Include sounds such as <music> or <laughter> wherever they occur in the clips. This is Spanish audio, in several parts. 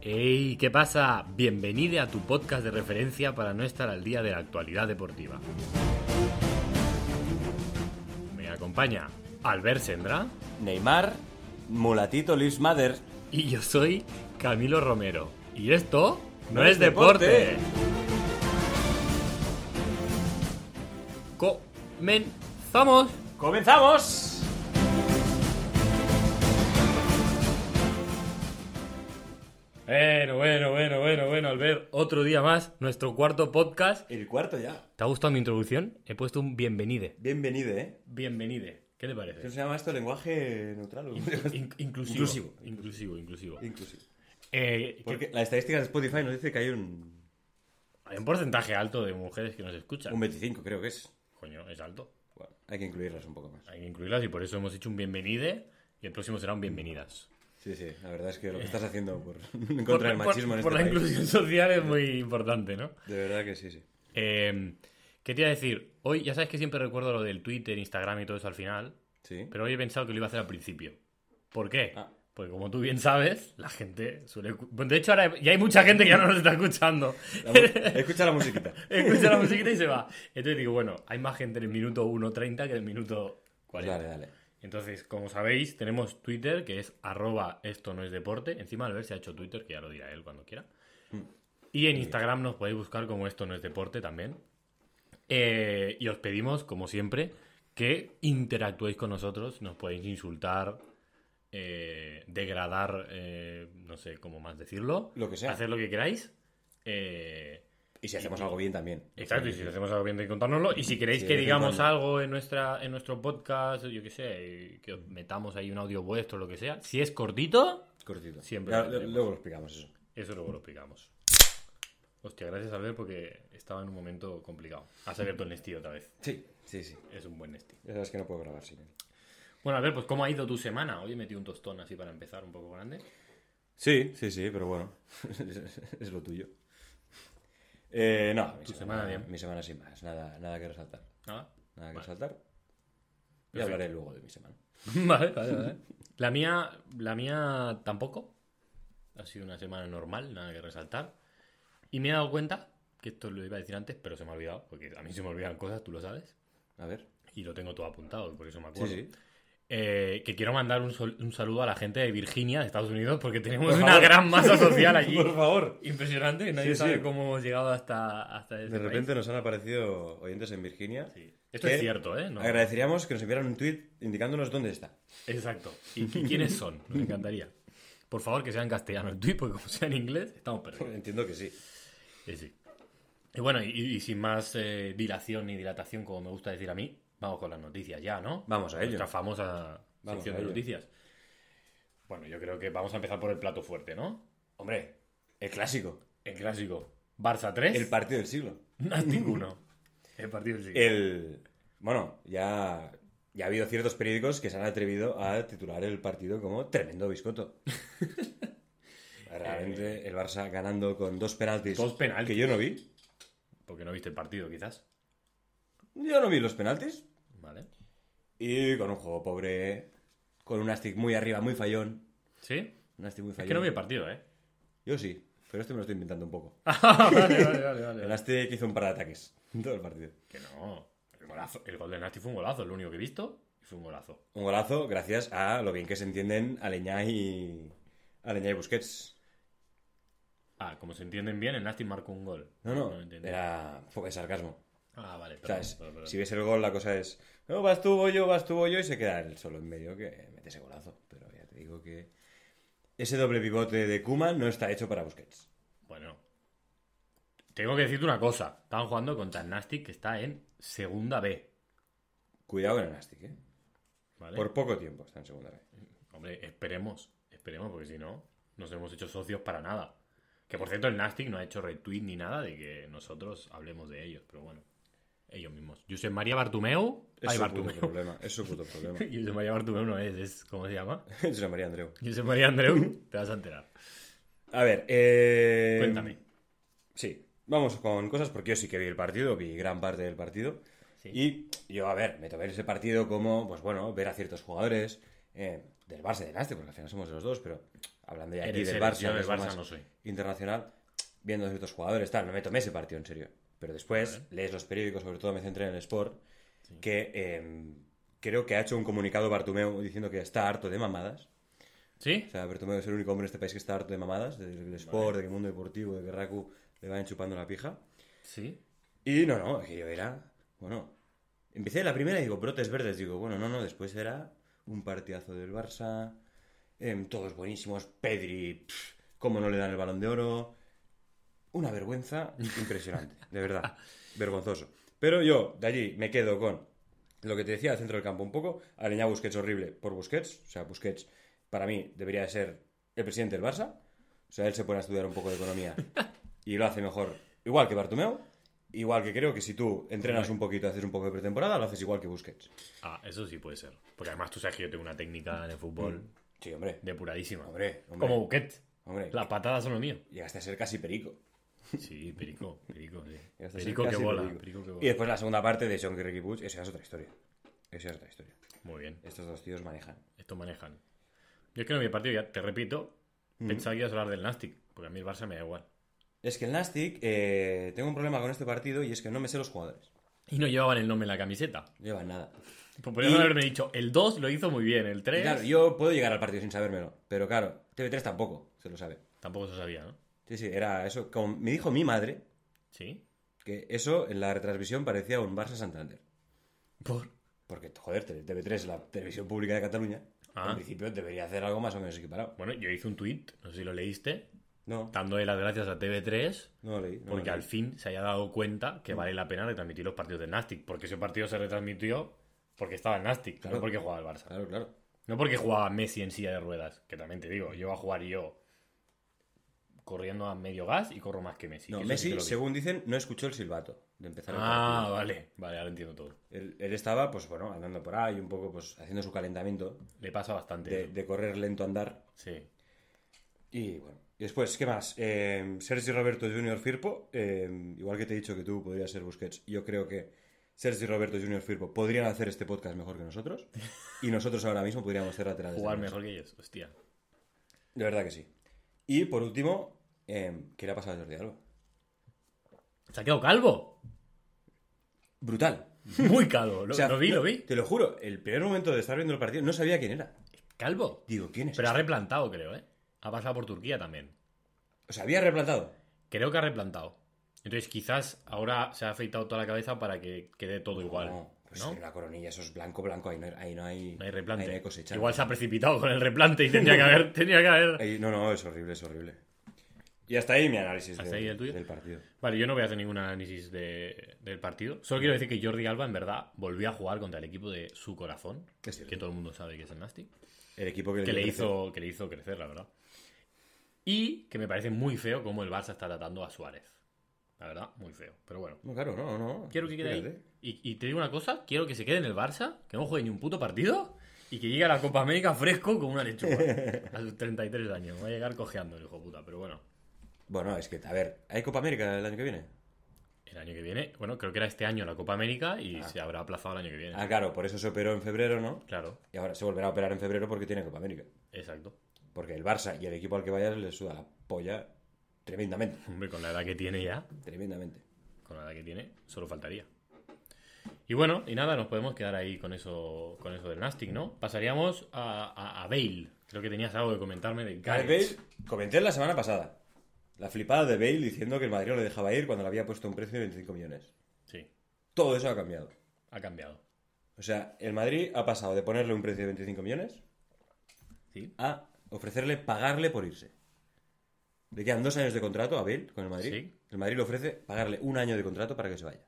¡Ey! ¿Qué pasa? Bienvenida a tu podcast de referencia para no estar al día de la actualidad deportiva. Me acompaña Albert Sendra Neymar, Mulatito Lives Matter. y yo soy Camilo Romero. Y esto no, es deporte. ¡Comenzamos! ¡Comenzamos! Bueno, bueno, bueno, bueno, bueno, Albert. Otro día más, nuestro cuarto podcast. El cuarto ya. ¿Te ha gustado mi introducción? He puesto un bienvenide. Bienvenido, ¿eh? Bienvenide. ¿Qué te parece? ¿Qué se llama esto? ¿Lenguaje neutral? o- In- inclusivo. Inclusivo. Inclusivo, inclusivo. Inclusivo. Eh, que Porque las estadísticas de Spotify nos dice que hay un, hay un porcentaje alto de mujeres que nos escuchan. un 25, creo que es. Coño, es alto. Bueno, hay que incluirlas un poco más. Hay que incluirlas y por eso hemos hecho un bienvenide y el próximo será un bienvenidas. Sí, sí, la verdad es que lo que estás haciendo por, <laughs> en contra del Por- machismo por- en este por la país. inclusión social es muy importante, ¿no? De verdad que sí, sí. Eh, ¿Qué te iba a decir? Hoy, ya sabes que siempre recuerdo lo del Twitter, Instagram y todo eso al final, ¿Sí? pero hoy he pensado que lo iba a hacer al principio. ¿Por qué? Ah. Porque como tú bien sabes, la gente suele... escu- Bueno, De hecho, ahora ya hay mucha gente que ya no nos está <laughs> escuchando. La mu- Escucha <laughs> la musiquita. Escucha la musiquita y se va. Entonces digo, bueno, hay más gente en el minuto 1.30 que en el minuto 40. Dale, dale. Entonces, como sabéis, tenemos Twitter, que es arroba esto no es deporte. Encima Albert se ha hecho Twitter, que ya lo dirá él cuando quiera. Hmm. Y en Instagram nos podéis buscar como esto no es deporte también. Eh, y os pedimos, como siempre, que interactuéis con nosotros. Nos podéis insultar, eh, degradar, eh, no sé cómo más decirlo. Lo que sea. Hacer lo que queráis. Eh, Y si hacemos algo bien también. Exacto, y si hacemos algo bien de contárnoslo. Y si queréis Sí, que de vez en digamos cuando. algo en, nuestra, en nuestro podcast, yo qué sé, y que os metamos ahí un audio vuestro, lo que sea. Si es cortito, Cortito. Siempre Ya, lo tenemos. luego lo explicamos eso. eso luego lo explicamos. Hostia, gracias Albert porque estaba en un momento complicado. Has abierto el Nesti otra vez. Sí, sí, sí. Es un buen Nesti. Ya sabes que no puedo grabar sin él. Bueno, Albert, pues ¿cómo ha ido tu semana? Hoy he metido un tostón así para empezar, un poco grande. Sí, sí, sí, pero bueno, <laughs> es lo tuyo. Eh, no, mi Tu semana bien. Mi semana sin más, nada, nada que resaltar. Nada. Nada que Vale. resaltar. Y Perfecto. hablaré luego de mi semana. <laughs> Vale, vale, vale. La mía, la mía tampoco. Ha sido una semana normal, nada que resaltar. Y me he dado cuenta, que esto lo iba a decir antes, pero se me ha olvidado, porque a mí se me olvidan cosas, tú lo sabes. A ver. Y lo tengo todo apuntado, y por eso me acuerdo. Sí, sí. Eh, que quiero mandar un, sol- un saludo a la gente de Virginia, de Estados Unidos, porque tenemos Por una favor. gran masa <laughs> social allí. Por favor. Impresionante, nadie Sí, sí. sabe cómo hemos llegado hasta, hasta ese De país. repente nos han aparecido oyentes en Virginia. Sí. Esto que es cierto, ¿eh? No- Agradeceríamos que nos enviaran un tweet indicándonos dónde está. Exacto. ¿Y qui- quiénes <laughs> son? Nos encantaría. Por favor, que sea en castellano el tweet, porque como sea en inglés, estamos perdidos. <laughs> Entiendo que sí. Sí, sí. Y bueno, y, y sin más eh, dilación ni dilatación, como me gusta decir a mí, vamos con las noticias ya, ¿no? Vamos a ello. Nuestra famosa Vamos sección a de ello. noticias. Bueno, yo creo que vamos a empezar por el plato fuerte, ¿no? Hombre, el clásico. El clásico. Barça 3, <laughs> El partido del siglo. Nástic 1. El partido del siglo. El. Bueno, ya. Ya ha habido ciertos periódicos que se han atrevido a titular el partido como <laughs> tremendo biscoto. Realmente el Barça ganando con dos penaltis. Eh. Dos penaltis. Que yo no vi. Porque no viste el partido, quizás. Yo no vi los penaltis. ¿Vale? Y con un juego pobre. Con un Astic muy arriba, muy fallón. ¿Sí? Es Un Astic muy fallón. que no vi el partido, <laughs> ¿eh? <laughs> Yo sí, pero esto me lo estoy inventando un poco. vale, vale, vale. vale. El Astic hizo un par de ataques <laughs> en todo el partido. Que no. El, golazo, el gol de Nasty fue un golazo, es lo único que he visto. Y fue un golazo. Un golazo gracias a lo bien que se entienden Aleñá y. Aleñá y Busquets. Ah, como se entienden bien, el Nasty marcó un gol. No, no, lo entendí. era un poco de sarcasmo. Ah, vale, O perdón, sea, es- perdón, perdón. si ves el gol, la cosa es, no, vas tú, voy yo, vas tú, voy yo, y se queda él solo en medio que mete ese golazo. Pero ya te digo que ese doble pivote de Kuman no está hecho para Busquets. Bueno. Tengo que decirte una cosa. Estaban jugando contra el Nasty que está en segunda B. Cuidado con el Nastic, ¿eh? ¿Vale? Por poco tiempo está en segunda vez. Hombre, esperemos. Esperemos, porque si no, nos hemos hecho socios para nada. Que por cierto, el Nastic no ha hecho retweet ni nada de que nosotros hablemos de ellos, pero bueno. Ellos mismos. Josep María Bartumeu. Es Ay, su puto Bartumeu. problema, es su <laughs> puto problema. <laughs> Josep María Bartumeu no es, es. ¿Cómo se llama? José María Andreu. José María Andreu, te vas a enterar. A ver, eh... Cuéntame. Sí, vamos con cosas porque yo sí que vi el partido, vi gran parte del partido. Sí. Y yo, a ver, me tomé ese partido como, pues bueno, ver a ciertos jugadores, eh, del Barça de Naste, porque al final somos los dos, pero hablando ya aquí Eres del él, Barça, yo que del soy Barça más no soy. internacional, viendo ciertos jugadores, tal, no me tomé ese partido en serio. Pero después lees los periódicos, sobre todo me centré en el Sport, que eh, creo que ha hecho un comunicado Bartomeu diciendo que está harto de mamadas. ¿Sí? O sea, Bertomeu es el único hombre en este país que está harto de mamadas, del del Sport, de que el mundo deportivo, de que Raku le van chupando la pija. Sí. Y no, no, que yo era. Bueno, empecé la primera y digo, brotes verdes. Digo, bueno, no, no, después era un partidazo del Barça, em, todos buenísimos, Pedri, pff, cómo no le dan el balón de oro. Una vergüenza impresionante, de verdad, <laughs> vergonzoso. Pero yo, de allí, me quedo con lo que te decía al centro del campo un poco. Aleñá Busquets horrible por Busquets, o sea, Busquets para mí debería de ser el presidente del Barça. O sea, él se pone a estudiar un poco de economía y lo hace mejor, igual que Bartomeu. Igual que creo que si tú entrenas un poquito, haces un poco de pretemporada, lo haces igual que Busquets. Ah, eso sí puede ser. Porque además tú sabes que yo tengo una técnica de fútbol Sí, hombre. depuradísima. Mm. Hombre, hombre. Como Buquet. Hombre, Las patadas son lo mío. llegaste a ser casi perico. Sí, Perico, Perico, <laughs> sí. Llegaste a ser Perico que casi bola, perico. Perico que Y bola. después la segunda parte de John Ricky Butch, esa es otra historia. Esa es otra historia. Muy bien, Estos dos tíos manejan. esto manejan. Yo es que no vi el partido, ya te repito, Mm. pensaba que ibas a hablar del Nastic, porque a mí el Barça me da igual. Es que el Nastic, eh, tengo un problema con este partido y es que no me sé los jugadores. Y no llevaban el nombre en la camiseta. No llevan nada. Pues podrían Y- haberme dicho, el 2 lo hizo muy bien, el 3 Y claro, yo puedo llegar al partido sin sabérmelo, pero claro, TV3 tampoco se lo sabe. tampoco se sabía, ¿no? Sí, sí, era eso. Como me dijo mi madre, Sí. que eso en la retransmisión parecía un Barça Santander. Por. Porque, joder, TV3 es la televisión pública de Cataluña. Ah. En principio debería hacer algo más o menos equiparado. Bueno, yo hice un tweet, no sé si lo leíste, No, dándole las gracias a TV3 no lo leí. no porque lo al leí. fin se haya dado cuenta que vale la pena retransmitir los partidos del Nastic, porque ese partido se retransmitió porque estaba el Nastic, no Claro. porque jugaba el Barça. Claro, claro. No porque jugaba Messi en silla de ruedas, que también te digo, yo a jugar yo corriendo a medio gas y corro más que Messi. No, que eso sí que lo Messi, vi. según dicen, no escuchó el silbato de empezar el Ah, vale, vale, ahora entiendo todo. partido. Él, él estaba, pues bueno, andando por ahí, un poco, pues haciendo su calentamiento Le pasa bastante. de, eso. de correr lento a andar. Sí. Y bueno. Y después, ¿qué más? Eh, Sergio Roberto Junior Firpo, eh, igual que te he dicho que tú podrías ser Busquets, yo creo que Sergio Roberto Junior Firpo podrían hacer este podcast mejor que <laughs> nosotros. Y nosotros ahora mismo podríamos ser laterales. Jugar derechos. mejor que ellos, hostia. De verdad que sí. Y por último, eh, ¿qué le ha pasado a Jordi Alba? Se ha quedado <laughs> calvo. Brutal. Muy calvo. Lo, O sea, lo vi, no, lo vi. Te lo juro, el primer momento de estar viendo el partido no sabía quién era. Calvo. Digo, ¿quién es? Pero ha este? replantado, creo, ¿eh? Ha pasado por Turquía también. O sea, había replantado. Creo que ha replantado. Entonces, quizás ahora se ha afeitado toda la cabeza para que quede todo igual. No, pues ¿no? en la coronilla, eso es blanco, blanco, ahí no, ahí no hay. No hay replante. Ahí no hay cosecha. Igual se ha precipitado con el replante y tenía que <laughs> haber. tenía que haber... Ahí- no, no, es horrible, es horrible. Y hasta ahí mi análisis ¿Hasta de- ahí el tuyo? del partido. Vale, yo no voy a hacer ningún análisis de- del partido. Solo quiero decir que Jordi Alba, en verdad, volvió a jugar contra el equipo de su corazón, Que es cierto. que todo el mundo sabe que es el Nasty, El equipo que, que le, crecer. hizo, que le hizo crecer, la verdad. Y que me parece muy feo cómo el Barça está tratando a Suárez. La verdad, muy feo. Pero bueno, No, claro, no, no. quiero que quede ahí. espérate. Y, y te digo una cosa, quiero que se quede en el Barça, que no juegue ni un puto partido y que llegue a la Copa América fresco como una lechuga. <laughs> a sus 33 años. Va a llegar cojeando el hijo puta, pero bueno. Bueno, es que, a ver, ¿hay Copa América el año que viene? El año que viene, bueno, creo que era este año la Copa América y se habrá aplazado el año que viene. Ah, claro, por eso se operó en febrero, ¿no? Claro, Y ahora se volverá a operar en febrero porque tiene Copa América. exacto. Porque el Barça y el equipo al que vayas le suda la polla tremendamente. Hombre, con la edad que tiene ya, Tremendamente. con la edad que tiene, solo faltaría. Y bueno, y nada, nos podemos quedar ahí con eso, con eso del Nastic, ¿no? Pasaríamos a, a, a Bale. Creo que tenías algo que comentarme de Gareth Gareth. Bale, comenté la semana pasada. La flipada de Bale diciendo que el Madrid no le dejaba ir cuando le había puesto un precio de 25 millones. Sí, Todo eso ha cambiado. ha cambiado. O sea, el Madrid ha pasado de ponerle un precio de 25 millones Sí, a ofrecerle pagarle por irse. Le quedan dos años de contrato a Bale con el Madrid. Sí. El Madrid le ofrece pagarle un año de contrato para que se vaya.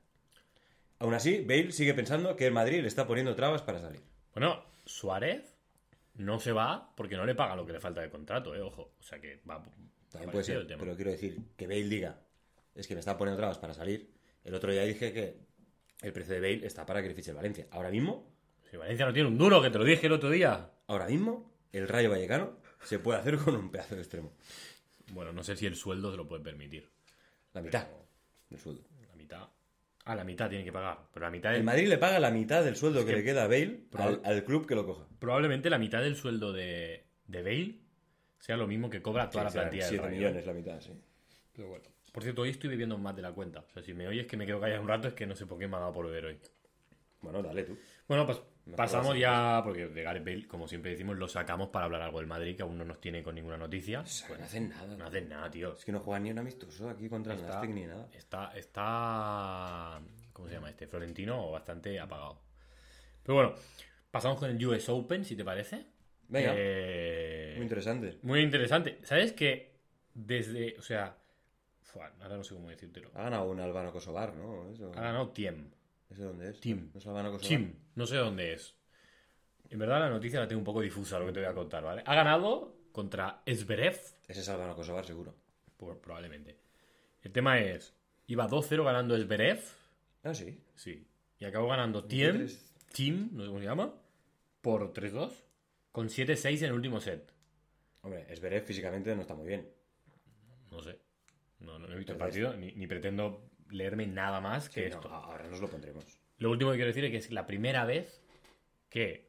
Aún así, Bale sigue pensando que el Madrid le está poniendo trabas para salir. Bueno, Suárez no se va porque no le paga lo que le falta de contrato, eh, ojo. O sea que va También puede parecido ser, pero quiero decir que Bale diga, es que me está poniendo trabas para salir. El otro día dije que el precio de Bale está para que le fiche el Valencia. Ahora mismo, Si Valencia no tiene un duro, que te lo dije el otro día. ahora mismo, el Rayo Vallecano se puede hacer con un pedazo de extremo. Bueno, no sé si el sueldo se lo puede permitir. Eh. La mitad del sueldo. La mitad. A la mitad tiene que pagar. Pero la mitad El del- Madrid le paga la mitad del sueldo que, que le queda a Bale al, probable- al club que lo coja. probablemente la mitad del sueldo de, de Bale sea lo mismo que cobra toda la plantilla del 7 Rayo. millones la mitad, sí. Pero bueno. Por cierto, hoy estoy bebiendo más de la cuenta. O sea, si me oyes que me quedo callado un rato, es que no sé por qué me ha dado por beber hoy. Bueno, dale tú. Bueno, pues Mejor pasamos así. pues. ya, porque de Gareth Bale, como siempre decimos, lo sacamos para hablar algo del Madrid, que aún no nos tiene con ninguna noticia. Pues no hacen nada. No hacen nada, tío. Es que no juegan ni un amistoso aquí contra el Está- Nastic ni nada. Está, está. ¿Cómo se llama este? Florentino bastante apagado. Pero bueno, pasamos con el US Open, si te parece. Venga. Eh, Muy interesante. muy interesante. ¿Sabes que Desde. O sea. fua, ahora no sé cómo decírtelo. Ha ganado un albano Kosovar, ¿no? Eso, Ha ganado Tiem. ¿Eso dónde es? Ah. Tim. ¿No es albano Kosovar? Chim. No sé dónde es. En verdad la noticia la tengo un poco difusa, lo que te voy a contar, ¿vale? Ha ganado contra Esberev, Ese es albano Kosovar, seguro. por- probablemente. El tema es. Iba 2-0 ganando Esberev. Ah, sí. Sí. Y acabó ganando Tiem, 23. Tim, no sé cómo se llama, por 3-2, con 7-6 en el último set. Hombre, Esberev físicamente no está muy bien. No sé. No, no, no he visto el Entonces- partido, ni, ni pretendo leerme nada más que Sí, no, esto. a- ahora nos lo pondremos. Lo último que quiero decir es que es la primera vez que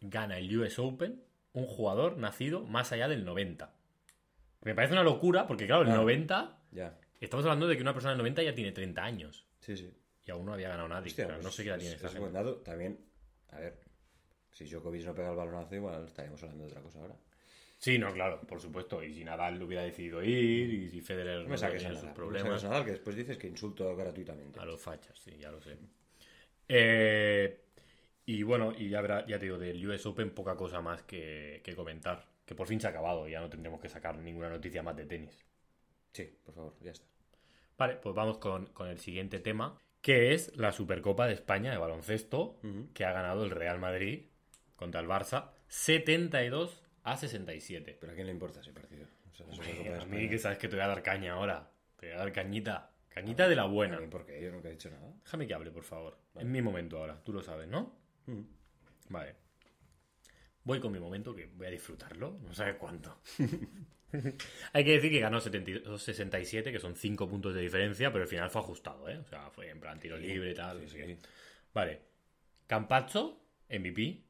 gana el US Open un jugador nacido más allá del 90. Me parece una locura, porque claro, el Claro. 90, Ya. estamos hablando de que una persona del 90 ya tiene 30 años Sí, sí. y aún no había ganado nadie. Hostia, O sea, no pues sé qué edad es- tiene esta es gente. buen dato. También, a ver, si Djokovic no pega el balonazo, igual estaríamos hablando de otra cosa ahora. Sí, no, claro, por supuesto. Y si Nadal lo hubiera decidido ir, y si Federer No me hubiera saques a tenido Nadal. sus no me saques problemas. a Nadal, que después dices que insulto gratuitamente. A los fachas, sí, ya lo sé. Eh, y bueno, y ya, verá- ya te digo, del US Open poca cosa más que, que comentar. Que por fin se ha acabado, ya no tendremos que sacar ninguna noticia más de tenis. Sí, por favor, ya está. Vale, pues vamos con, con el siguiente tema, que es la Supercopa de España de baloncesto, Ujú. que ha ganado el Real Madrid contra el Barça 72 a 67. Pero a quién le importa ese partido. O sea, la Supercopa de Hombre, a mí España. que sabes que te voy a dar caña ahora. Te voy a dar cañita. Cañita de la A buena. mí, porque yo nunca he dicho nada. Déjame que hable, por favor. Es mi momento ahora. Tú lo sabes, ¿no? Mm. Vale. Voy con mi momento que voy a disfrutarlo. No sabes <laughs> cuánto. Hay que decir que ganó 72, 67, que son 5 puntos de diferencia, pero al final fue ajustado, ¿eh? O sea, fue en plan tiro libre y tal. no Sí, sé qué. sí. Vale. Campacho, MVP.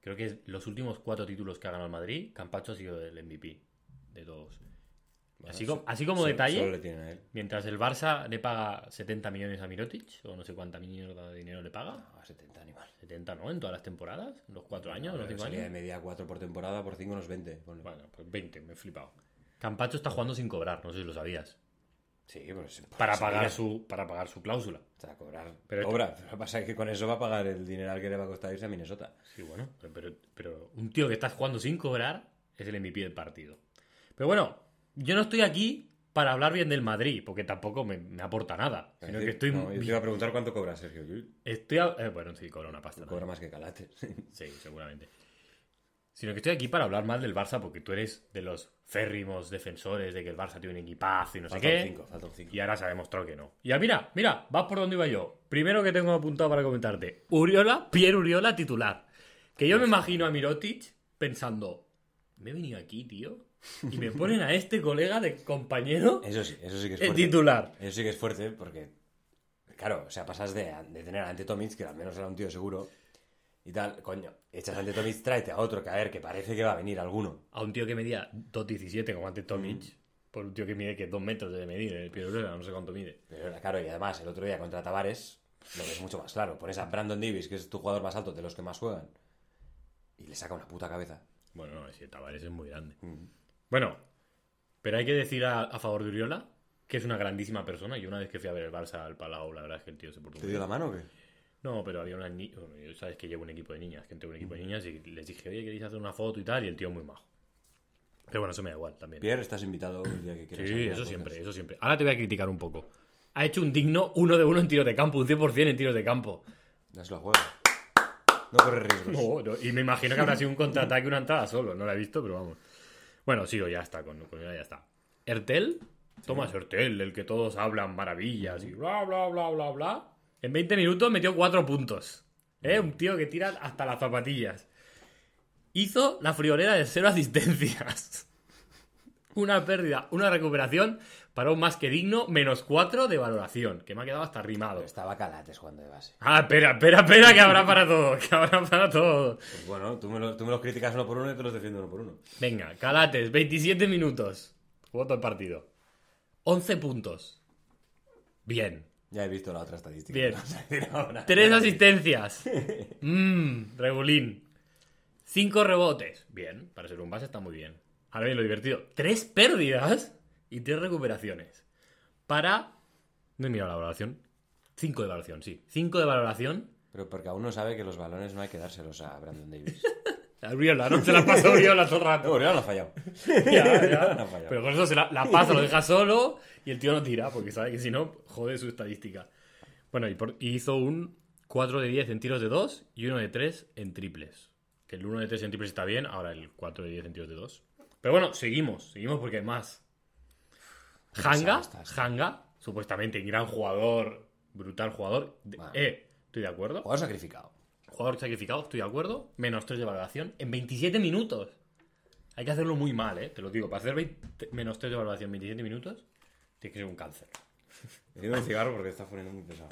Creo que es los últimos cuatro títulos que ha ganado el Madrid, Campacho ha sido el MVP de todos. así, Bueno, como- así como solo- detalle, Solo le tienen a él. Mientras el Barça le paga 70 millones a Mirotic, o no sé cuánta mierda de dinero le paga. Ah, 70 animales. 70, ¿no? En todas las temporadas, en los 4 años, en los 5 Salía de años. media 4 por temporada, por 5 unos 20. ponle. Bueno, pues 20, me he flipado. Campacho está jugando sin cobrar, no sé si lo sabías. Sí, pero es- Para se pagar mira. su, para pagar su cláusula. O sea, cobrar. Pero- cobra. Lo que pasa es que con eso va a pagar el dineral que le va a costar irse a Minnesota. Sí, bueno, pero, pero, pero un tío que está jugando sin cobrar es el MVP del partido. Pero bueno, yo no estoy aquí para hablar bien del Madrid, porque tampoco me, me aporta nada. Sino Es que decir, estoy. no, yo te iba a preguntar cuánto cobra Sergio Llull. estoy a- eh, bueno, sí, cobra una pasta. Cobra más que <laughs> Calates. Sí, seguramente. Sino que estoy aquí para hablar mal del Barça porque tú eres de los férrimos defensores de que el Barça tiene un equipazo y no sé Falta un qué. 5, falta un 5. Y ahora se ha demostrado que no. Y ya mira, mira, vas por donde iba yo. Primero que tengo apuntado para comentarte. Uriola, Pierre Uriola titular. Que yo me imagino a Mirotic pensando, me he venido aquí, tío. Y me ponen a este colega de compañero Eso sí, eso sí que es el fuerte. titular. Eso sí que es fuerte porque, claro, o sea, pasas de, de tener a Antetomic, que al menos era un tío seguro, y tal, coño, echas a Antetomic, tráete a otro, que a ver, que parece que va a venir alguno. A un tío que medía 2.17 como antes Tomic. Mm. Por un tío que mide que 2 metros debe medir. El Pierre Uriola, no sé cuánto mide. Pero era claro, y además el otro día contra Tavares lo ves mucho más claro. Pones a Brandon Davis, que es tu jugador más alto de los que más juegan, y le saca una puta cabeza. Bueno, no, si Tavares es muy grande. Bueno, pero hay que decir a, a favor de Uriola que es una grandísima persona. Yo una vez que fui a ver el Barça al Palau, la verdad es que el tío se portó ¿Te muy dio bien. la mano o qué? No, pero había una niña. Bueno, sabes que llevo un equipo de niñas, que entre un equipo de niñas y les dije, oye, ¿queréis hacer una foto y tal? Y el tío muy majo. Pero bueno, eso me da igual también. Pierre, estás invitado el día que quieras. Sí, al eso podcast. siempre, eso siempre. Ahora te voy a criticar un poco. Ha hecho un digno uno de uno en tiros de campo, un 100% en tiros de campo. No se lo juega. No corre riesgos. No, no, y me imagino que habrá sido un contraataque, una entrada solo. No la he visto, pero vamos. Bueno, sigo, ya está. Con, con ya está. Ertel, Tomás Ertel, el que todos hablan maravillas y bla, bla, bla, bla, bla. En 20 minutos metió 4 puntos. ¿Eh? Un tío que tira hasta las zapatillas. Hizo la friolera de cero asistencias. <laughs> Una pérdida, una recuperación para un más que digno menos 4 de valoración, que me ha quedado hasta rimado. Estaba Calates jugando de base. Ah, espera, espera, espera, que habrá para todo, que habrá para todo. Pues bueno, tú me, lo- tú me los criticas uno por uno y te los defiendo uno por uno. Venga, Calates, 27 minutos. Jugó todo el partido. 11 puntos. Bien. Ya he visto la otra estadística. Bien. <laughs> No sé decir ahora. Tres <laughs> asistencias. Mmm, regulín. Cinco rebotes. Bien, para ser un base está muy bien. Ahora bien, lo divertido. Tres pérdidas y tres recuperaciones. Para... No he mirado la valoración. Cinco de valoración, sí. Cinco de valoración. Pero porque aún no sabe que los balones no hay que dárselos a <laughs> Brandon Davis. La <laughs> Briola, no se la pasó Briola todo el No, rato. Oriol no ha fallado. Ya, <laughs> ya. No ha fallado. Pero con eso se la, la pasa, lo deja solo y el tío no tira, porque sabe que si no, jode su estadística. Bueno, y, por- y hizo un 4 de 10 en tiros de 2 y 1 de 3 en triples. Que el 1 de 3 en triples está bien, ahora el 4 de 10 en tiros de 2. Pero bueno, seguimos, seguimos porque hay más. Hanga, estás. Hanga, supuestamente gran jugador, brutal jugador. De- Bueno. Eh, estoy de acuerdo. Jugador sacrificado. Jugador sacrificado, estoy de acuerdo. Menos 3 de valoración en 27 minutos. Hay que hacerlo muy mal, ¿eh? Te lo digo. Para hacer 20 menos 3 de valoración en 27 minutos, tienes que ser un cáncer. Enciendo un cigarro porque está poniendo muy pesado.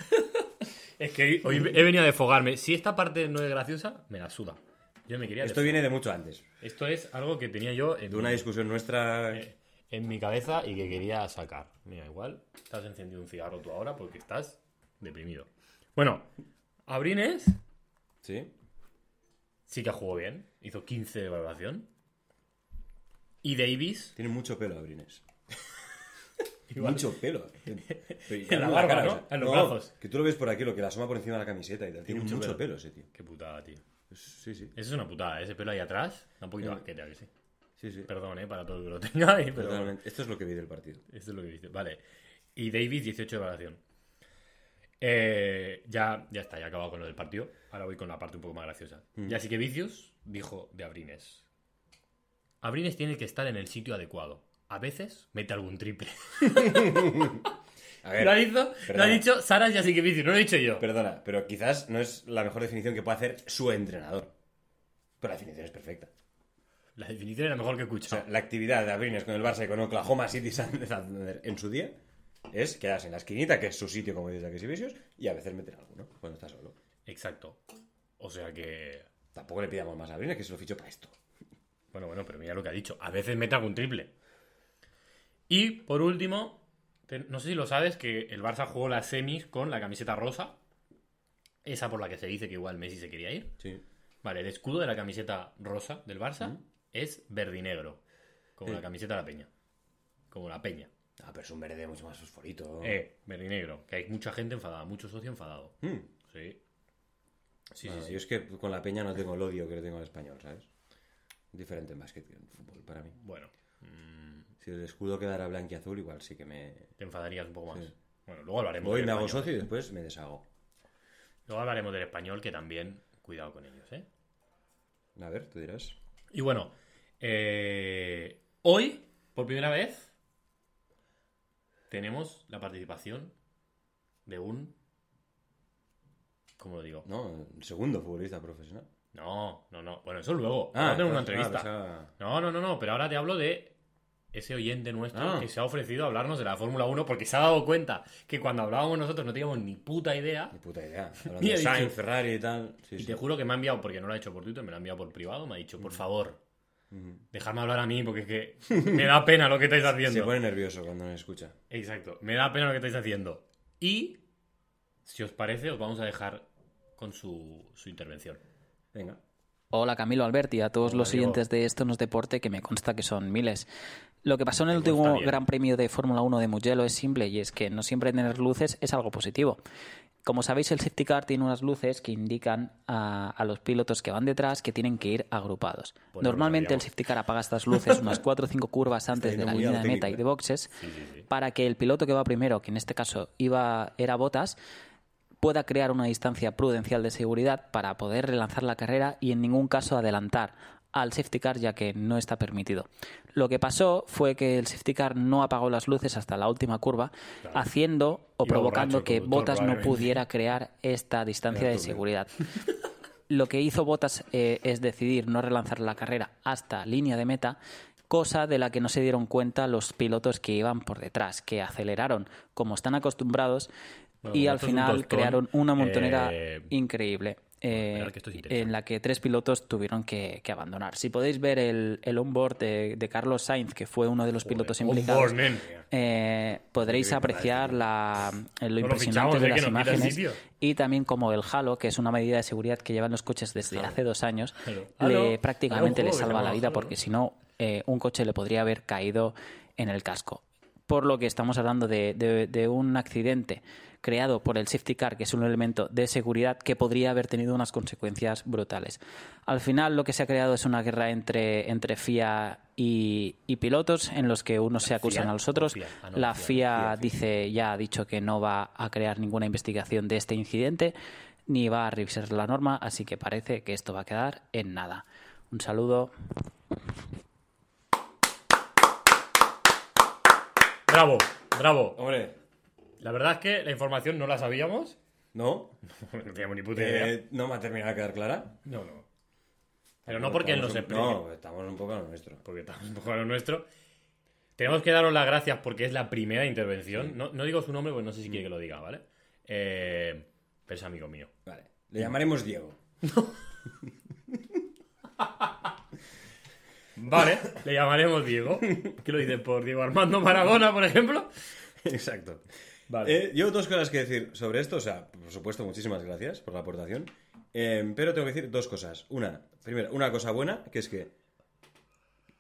Es que hoy he venido a defogarme. Si esta parte no es graciosa, me la suda. Yo me quería Esto desfogar. viene de mucho antes. Esto es algo que tenía yo en, De una discusión nuestra. en mi cabeza y que quería sacar. Mira, igual estás encendido un cigarro tú ahora porque estás deprimido. Bueno, Abrines ¿Sí? sí que jugó bien. Hizo 15 de valoración. Y Davis Tiene mucho pelo, Abrines. <laughs> Igual. Mucho pelo. <laughs> En la barba, ¿no? En los brazos. Que tú lo ves por aquí, lo que le asoma por encima de la camiseta y tal. Tiene mucho mucho, pelo. pelo. ese tío. Qué putada, tío. Sí, sí. Eso es una putada, ¿eh? ese pelo ahí atrás. Da un poquito Sí. basquete, ¿a que sí. Sí, sí. Perdón, ¿eh? Para todo el que lo tenga ahí, pero bueno, Totalmente. Esto es lo que vi del partido. esto es lo que viste. Vale. Y Davis, 18 de valoración. Eh, ya, ya está, ya he acabado con lo del partido. Ahora voy con la parte un poco más graciosa. Mm. Y así que Vicius dijo de Abrines. Abrines tiene que estar en el sitio adecuado. A veces mete algún triple. <laughs> A Lo ha ver, dicho, lo ha perdona. dicho Saras y así que Vicius, no lo he dicho yo. perdona, pero quizás no es la mejor definición que pueda hacer su entrenador. Pero la definición es perfecta. La definición es la mejor que he O escuchado. sea, la actividad de Abrines con el Barça y con Oklahoma City <laughs> Thunder en su día es quedarse en la esquinita, que es su sitio, como dice Jaques y Vicious, y a veces meter alguno cuando está solo. Exacto. O sea que Tampoco le pidamos más a Abrines, que se lo fichó para esto. Bueno, bueno, pero mira lo que ha dicho. A veces mete algún triple. Y por último, te- no sé si lo sabes, que el Barça jugó las semis con la camiseta rosa. Esa por la que se dice que igual Messi se quería ir. Sí. Vale, el escudo de la camiseta rosa del Barça es verdinegro. Como Sí. la camiseta de la Peña. Como la Peña. Ah, pero es un verde mucho más fosforito. Eh, verdinegro. Que hay mucha gente enfadada, mucho socio enfadado. Mm. Sí. Sí, Ah, sí, sí. Yo es que con la peña no tengo el odio que le tengo al español, ¿sabes? Diferente en básquet que en fútbol para mí. Bueno, mm, Si el escudo quedara blanquiazul, igual sí que me. te enfadarías un poco más. Sí. Bueno, luego hablaremos. Voy, del me hago español. socio y después me deshago. Luego hablaremos del español, que también, cuidado con ellos, ¿eh? A ver, tú dirás. Y bueno, eh, hoy, por primera vez, tenemos la participación de un... ¿Cómo lo digo? No, el segundo futbolista profesional. No, no, no. Bueno, eso luego. Vamos a tener una Ah, entonces- entrevista. ah, No, no, no, no, pero ahora te hablo de ese oyente nuestro Ah. que se ha ofrecido a hablarnos de la Fórmula 1 porque se ha dado cuenta que cuando hablábamos nosotros no teníamos ni puta idea pensaba- Ni puta <laughs> idea. Hablando Ni he de Sainz, dicho. Ferrari y tal. Sí, Y sí. te juro que me ha enviado, porque no lo ha hecho por Twitter, me lo ha enviado por privado, me ha dicho, por favor, Ujú. dejadme hablar a mí, porque es que <laughs> me da pena lo que estáis Se haciendo. pone nervioso cuando nos escucha. Exacto, me da pena lo que estáis haciendo. Y, si os parece, os vamos a dejar con su, su intervención. Venga. Hola Camilo Alberti, a todos Hola, los Diego. siguientes de Esto no es deporte, que me consta que son miles. Lo que pasó en el Me consta último bien. Gran Premio de Fórmula 1 de Mugello es simple y es que no siempre tener luces es algo positivo. Como sabéis, el safety car tiene unas luces que indican a, a los pilotos que van detrás que tienen que ir agrupados. Pues no lo Normalmente el sabíamos. safety car apaga estas luces <laughs> unas 4 o 5 curvas antes yendo de la muy a lo línea de meta y técnico, de boxes Sí, sí, sí. para que el piloto que va primero, que en este caso iba, era Botas, pueda crear una distancia prudencial de seguridad para poder relanzar la carrera y en ningún caso adelantar al safety car ya que no está permitido. Lo que pasó fue que el safety car no apagó las luces hasta la última curva, Claro. haciendo Iba o borracho provocando el que conductor, Botas no probablemente. pudiera crear esta distancia Era de tu miedo. seguridad. eh, Lo que hizo Botas es decidir no relanzar la carrera hasta línea de meta cosa de la que no se dieron cuenta los pilotos que iban por detrás, que aceleraron como están acostumbrados Bueno, y esto al es un final tostón, crearon una montonera eh, increíble. eh, esperar que esto es interesante. en la que tres pilotos tuvieron que, que abandonar. Si podéis ver el, el onboard de, de Carlos Sainz, que fue uno de los pilotos implicados, Onboard, nen. eh, podréis apreciar la, eh, lo No lo impresionante fichamos, de eh, que las nos quitas imágenes sitio. y también como el Halo, que es una medida de seguridad que llevan los coches desde hace dos años, Halo. le, Halo. prácticamente Había un juego le que se salva la llamaba vida Halo, porque ¿no? si no, eh, un coche le podría haber caído en el casco. Por lo que estamos hablando de, de- de un accidente creado por el safety car, que es un elemento de seguridad que podría haber tenido unas consecuencias brutales. Al final lo que se ha creado es una guerra entre, entre FIA y, y pilotos en los que unos se acusan FIA a los otros. o FIA? Ah, no, la FIA. FIA ya dice, ya ha dicho que no va a crear ninguna investigación de este incidente ni va a revisar la norma, así que parece que esto va a quedar en nada. Un saludo. Bravo, bravo. Hombre, La verdad es que la información no la sabíamos. <laughs> ¿no? No teníamos ni puta idea. Eh, no me ha terminado de quedar clara. No, no. Pero no porque él nos Estamos un- explique. No, estamos un poco a lo nuestro. porque tampoco a lo nuestro. Tenemos que daros las gracias porque es la primera intervención. No, no digo su nombre porque no sé si Mm. quiere que lo diga, ¿vale? Eh, pero es amigo mío. Vale. Le <laughs> llamaremos Diego. Vale, <laughs> le llamaremos Diego. ¿Qué lo dices? ¿Por Diego Armando Maradona, por ejemplo? Exacto. Vale. Eh, yo dos cosas que decir sobre esto. O sea, por supuesto, muchísimas gracias por la aportación. Eh, pero tengo que decir dos cosas. Una, primero, una cosa buena, que es que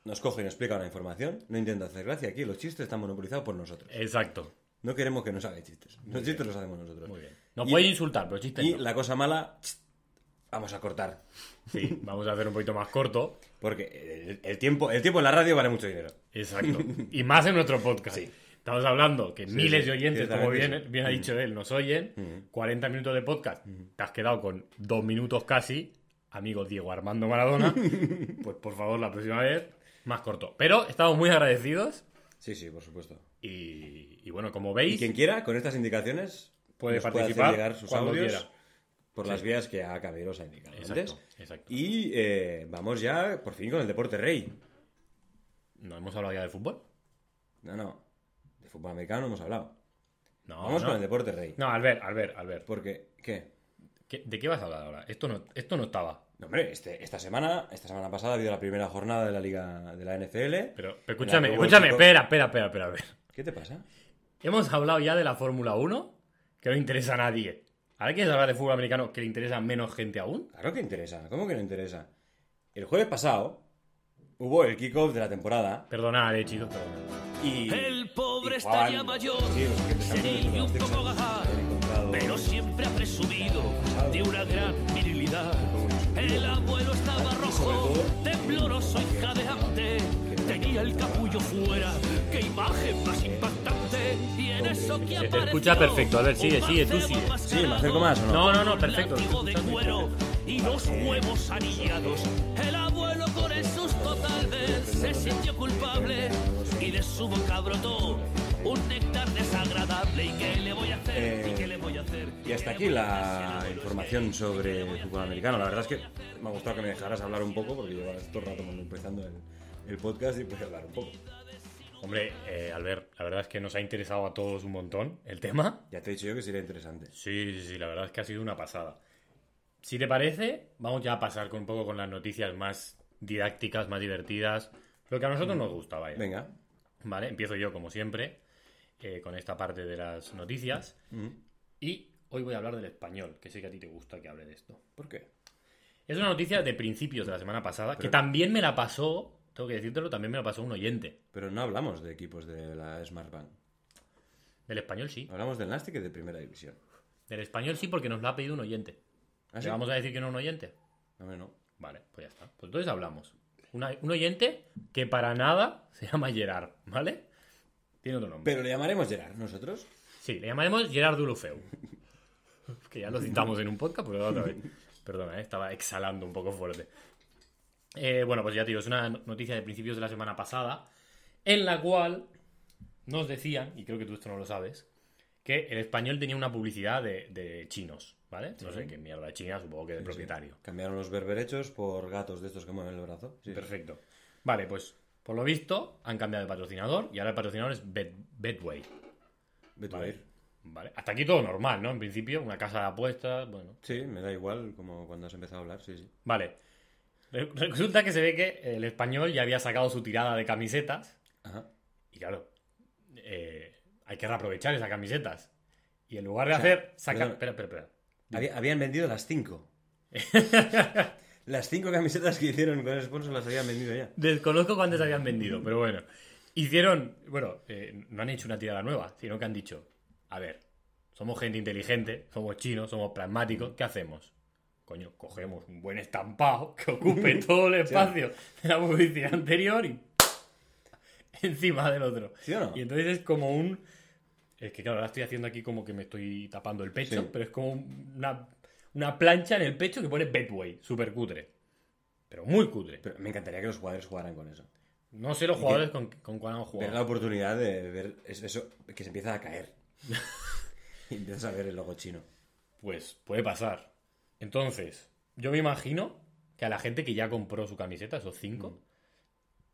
nos coge y nos explica una información. No intenta hacer gracia aquí. Los chistes están monopolizados por nosotros. Eh. Exacto. No queremos que nos haga chistes. Los chistes los hacemos nosotros. Muy bien. No Y- puede insultar, pero chiste. Y no. la cosa mala, tss, vamos a cortar. Sí, vamos a hacer un poquito más corto. Porque el, el tiempo, el tiempo en la radio vale mucho dinero. Exacto. <laughs> Y más en nuestro podcast. Sí. Estamos hablando que miles sí, de oyentes, como ciertamente bien, sí. Mm. bien ha dicho él, nos oyen. 40 minutos de podcast. Te has quedado con dos minutos casi, amigo Diego Armando <laughs> Maradona. pues por favor, la próxima vez, más corto. Pero estamos muy agradecidos. Sí, sí, por supuesto. Y, y bueno, como Y veis, quien quiera, con estas indicaciones, Puede nos hacer participar llegar sus cuando audios quiera. por las vías que a Caballeros ha indicado Exacto, antes. exacto. Y eh, vamos ya, por fin, con el deporte rey. ¿no hemos hablado ya de fútbol? No, no. De fútbol americano no hemos hablado. No, Vamos no. con el deporte rey. No, Albert, Albert, Albert. Porque, ¿qué? ¿Qué- ¿De qué vas a hablar ahora? Esto no, esto no estaba. No, hombre, este- esta semana, esta semana pasada ha habido la primera jornada de la liga de la NFL. Pero, pero en la escúchame, que hubo el escúchame, pico- espera, espera, espera, espera. A ver. ¿Qué te pasa? Hemos hablado ya de la Fórmula 1, que no interesa a nadie. Ahora quieres hablar de fútbol americano que le interesa a menos gente aún. Claro que interesa, ¿cómo que no interesa? El jueves pasado hubo el kickoff de la temporada Perdonad, eh, chicos, perdonad. y. El pobre y Juan- está ya mayor, Sí, los que empezamos senil y un con los poco Texans, gaga, han encontrado- pero siempre ha presumido de una gran virilidad. El abuelo estaba rojo, tembloroso y jadeante, tenía el capullo fuera, qué imagen más impactante. Y en eso que Se te apareció escucha perfecto. A ver, sigue, un sigue, tú mancebo sigue. Sí, me acerco más o no. No, no, no, perfecto. perfecto. de cuero y los huevos anillados. El abuelo con el susto tal vez se sintió culpable y de su boca brotó un néctar desagradable. ¿Y qué le voy a hacer? ¿Y qué le voy a hacer? Y hasta aquí la información sobre el fútbol americano. La verdad es que me ha gustado que me dejaras hablar un poco porque llevas todo el rato empezando el, el podcast y puedes hablar un poco. Hombre, eh, Albert, la verdad es que nos ha interesado a todos un montón el tema. Ya te he dicho yo que sería interesante. Sí, sí, sí, la verdad es que ha sido una pasada. Si te parece, vamos ya a pasar con un poco con las noticias más didácticas, más divertidas. Lo que a nosotros nos gusta, vaya. Venga. Vale, empiezo yo como siempre eh, con esta parte de las noticias. Mm. Y hoy voy a hablar del español, que sé que a ti te gusta que hable de esto. ¿Por qué? Es una noticia de principios de la semana pasada, que Pero- también me la pasó, tengo que decírtelo, también me la pasó un oyente. Pero no hablamos de equipos de la Smart Bank. Del español sí. Hablamos del Nastic y de Primera División. Del español sí porque nos la ha pedido un oyente. ¿Ah, ¿Le sí? vamos a decir que no es un oyente? Hombre, no. Vale, pues ya está. Pues entonces hablamos. Una- un oyente que para nada <laughs> se llama Gerard, ¿vale? Tiene otro nombre. Pero le llamaremos Gerard nosotros. Sí, le llamaremos Gerard Dulufeu. <laughs> que ya lo citamos en un podcast, pero otra vez. Perdona, eh, estaba exhalando un poco fuerte. Eh, bueno, pues ya te digo, es una noticia de principios de la semana pasada, en la cual nos decían, y creo que tú esto no lo sabes, que el español tenía una publicidad de, de chinos, ¿vale? No sé qué mierda de China, supongo que del propietario. Cambiaron los berberechos por gatos de estos que mueven el brazo. Sí, sí. Perfecto. Vale, pues Por lo visto, han cambiado de patrocinador y ahora el patrocinador es Bet- Betway. Vete a Vale. ver. Vale. Hasta aquí todo normal, ¿no? En principio, una casa de apuestas, bueno. Sí, me da igual como cuando has empezado a hablar, sí, sí. Vale. Re- Resulta que se ve que el español ya había sacado su tirada de camisetas. Ajá. Y claro, eh, hay que reaprovechar esas camisetas. Y en lugar de sea, hacer, sacar. perdón. Espera, espera, espera. Había- habían vendido las <laughs> cinco. las cinco camisetas que hicieron con el sponsor las habían vendido ya. <laughs> Desconozco cuántas habían vendido, pero bueno. Hicieron, bueno, eh, no han hecho una tirada nueva, sino que han dicho, a ver, somos gente inteligente, somos chinos, somos pragmáticos, ¿qué hacemos? Coño, cogemos un buen estampado que <laughs> ocupe todo el espacio de la publicidad anterior y <laughs> encima del otro. ¿Sí o no? Y entonces es como un... Es que claro, ahora estoy haciendo aquí como que me estoy tapando el pecho, Sí. pero es como una, una plancha en el pecho que pone Betway, súper cutre. Pero muy cutre. Pero me encantaría que los jugadores jugaran con eso. No sé los jugadores con, con cuál han Ver la jugado. oportunidad de ver es- eso que se empieza a <laughs> caer. y empiezas a ver el logo chino. Pues puede pasar. Entonces, yo me imagino que a la gente que ya compró su camiseta, esos cinco,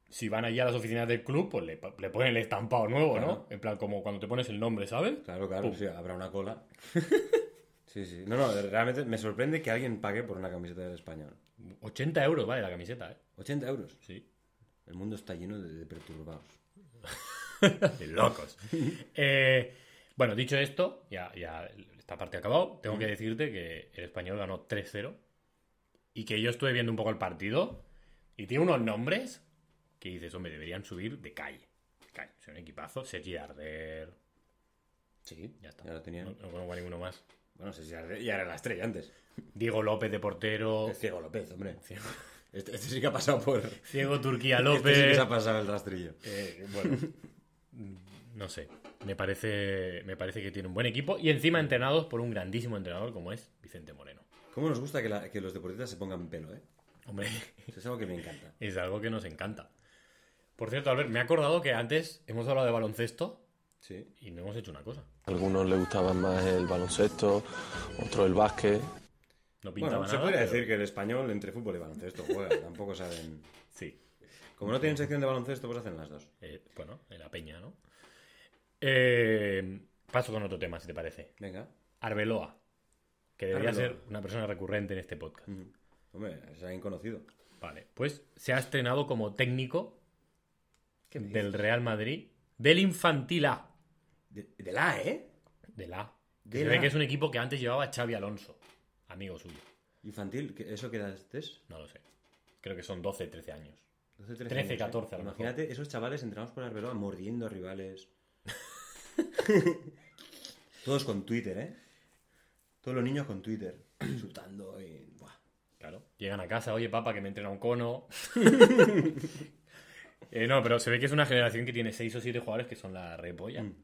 Mm. si van allá a las oficinas del club, pues le, pa- le ponen el estampado nuevo, Claro. ¿no? En plan, como cuando te pones el nombre, ¿sabes? Claro, claro, Pum. sí, habrá una cola. <laughs> Sí, sí. No, no, realmente me sorprende que alguien pague por una camiseta del español. 80 euros vale la camiseta, ¿eh? 80 euros. Sí. El mundo está lleno de, de perturbados. De <laughs> locos. Eh, bueno, dicho esto, ya, ya esta parte ha acabado. Tengo que decirte que el español ganó 3-0 y que yo estuve viendo un poco el partido y tiene unos nombres que dices, hombre, deberían subir de calle. De calle. Son un equipazo. Sergi Arder. Sí, Ya está. Ya lo tenían. No, no conozco a ninguno más. Bueno, sí, sí, ya era- ya era la estrella antes. Diego López de portero. El Oh, ciego <laughs> López, hombre. Este, este sí que ha pasado por. <laughs> Este Diego Turquía sí que López. se ha pasado el rastrillo. Eh, bueno, <laughs> no sé. Me parece, me parece que tiene un buen equipo y encima entrenados por un grandísimo entrenador como es Vicente Moreno. ¿Cómo nos gusta que, la- que los deportistas se pongan pelo, eh? Hombre, <laughs> Eso es algo que me encanta. es algo que nos encanta. Por cierto, Albert, me he acordado que antes hemos hablado de baloncesto Sí. y no hemos hecho una cosa. algunos les gustaba más el baloncesto, otros el básquet. No pintaba Bueno, se nada, podría pero- decir que el español entre fútbol y baloncesto juega. <laughs> Tampoco saben. Sí. Como no tienen sección de baloncesto, pues hacen las dos. Eh, bueno, en la peña, ¿no? Eh, paso con otro tema, si te parece. Venga. Arbeloa, que debería Arbeloa. ser una persona recurrente en este podcast. Ujú. Hombre, es alguien conocido. Vale, pues se ha estrenado como técnico del Real Madrid, del Infantil A. De, de la, ¿eh? Del A. Que Del se ve A. que es un equipo que antes llevaba Xavi Alonso, amigo suyo. Infantil, ¿qué- ¿eso qué edad es? No lo sé. Creo que son 12, 13 años. 12, 13, años, ¿eh? 14 a lo mejor. Imagínate, esos chavales entramos por Arbeloa mordiendo <laughs> a rivales. Todos con Twitter, ¿eh? Todos los niños con Twitter. <clears throat> Insultando y. Buah. Claro. Llegan a casa, oye, papá, que me entrena un cono. <laughs> Eh, no, pero se ve que es una generación que tiene 6 o 7 jugadores que son la repolla. Mm.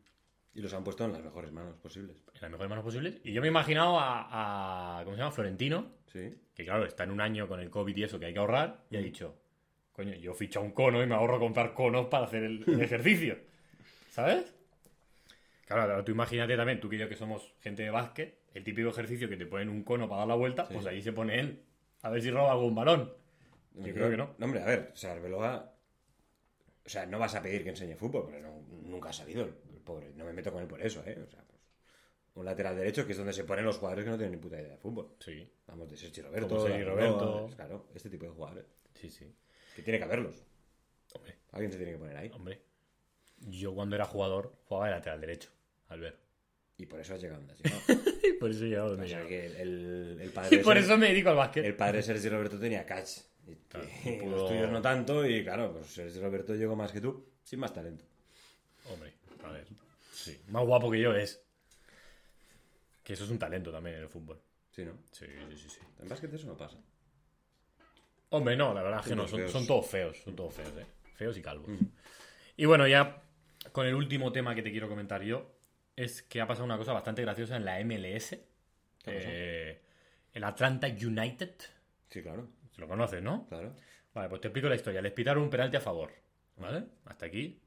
Y los han puesto en las mejores manos posibles. En las mejores manos posibles. Y yo me he imaginado a, a- ¿Cómo se llama? Florentino. Sí. que claro, está en un año con el COVID y eso que hay que ahorrar, Mm. y ha dicho, coño, yo ficho un cono y me ahorro comprar conos para hacer el, <laughs> el ejercicio. ¿Sabes? Claro, ahora tú imagínate también, tú que yo que somos gente de básquet, el típico ejercicio que te ponen un cono para dar la vuelta, pues ahí se pone él. A ver si roba algún balón. Yo creo que no. hombre, a ver, o sea, Arbeloa. O sea, no vas a pedir que enseñe fútbol, pero no- nunca ha sabido el, el pobre. No me meto con él por eso, ¿eh? O sea, pues, un lateral derecho que es donde se ponen los jugadores que no tienen ni puta idea de fútbol. Sí, Vamos, de Sergi Roberto. Como Sergi Arbeloa, Roberto. es Claro, este tipo de jugadores. sí, sí. Que tiene que haberlos. Hombre, Alguien se tiene que poner ahí. hombre. Yo cuando era jugador jugaba de lateral derecho, al ver. Y por eso has llegado <laughs> donde has llegado. Y por eso he llegado donde O he sea, llegado. que el, el- el padre. <laughs> Y de por Sergi- eso me dedico al básquet. El padre de Sergi Roberto tenía catch. Y, y no pudo- <laughs> los tuyos no tanto, y claro, pues Sergi Roberto llegó más que tú, sin más talento. Hombre, a ver. Sí, más guapo que yo es. Que eso es un talento también en el fútbol. Sí, ¿no? Sí, sí, sí. sí. En básquet eso no pasa. Hombre, no, la verdad es que Son no, todos son, feos. son todos feos, son todos feos, eh. Feos y calvos. Y bueno, ya con el último tema que te quiero comentar yo, es que ha pasado una cosa bastante graciosa en la MLS. Eh, el Atlanta United, Sí, claro, lo conoces, ¿no? claro. Vale, pues te explico la historia. Les pitaron un penalti a favor, ¿vale? Hasta aquí,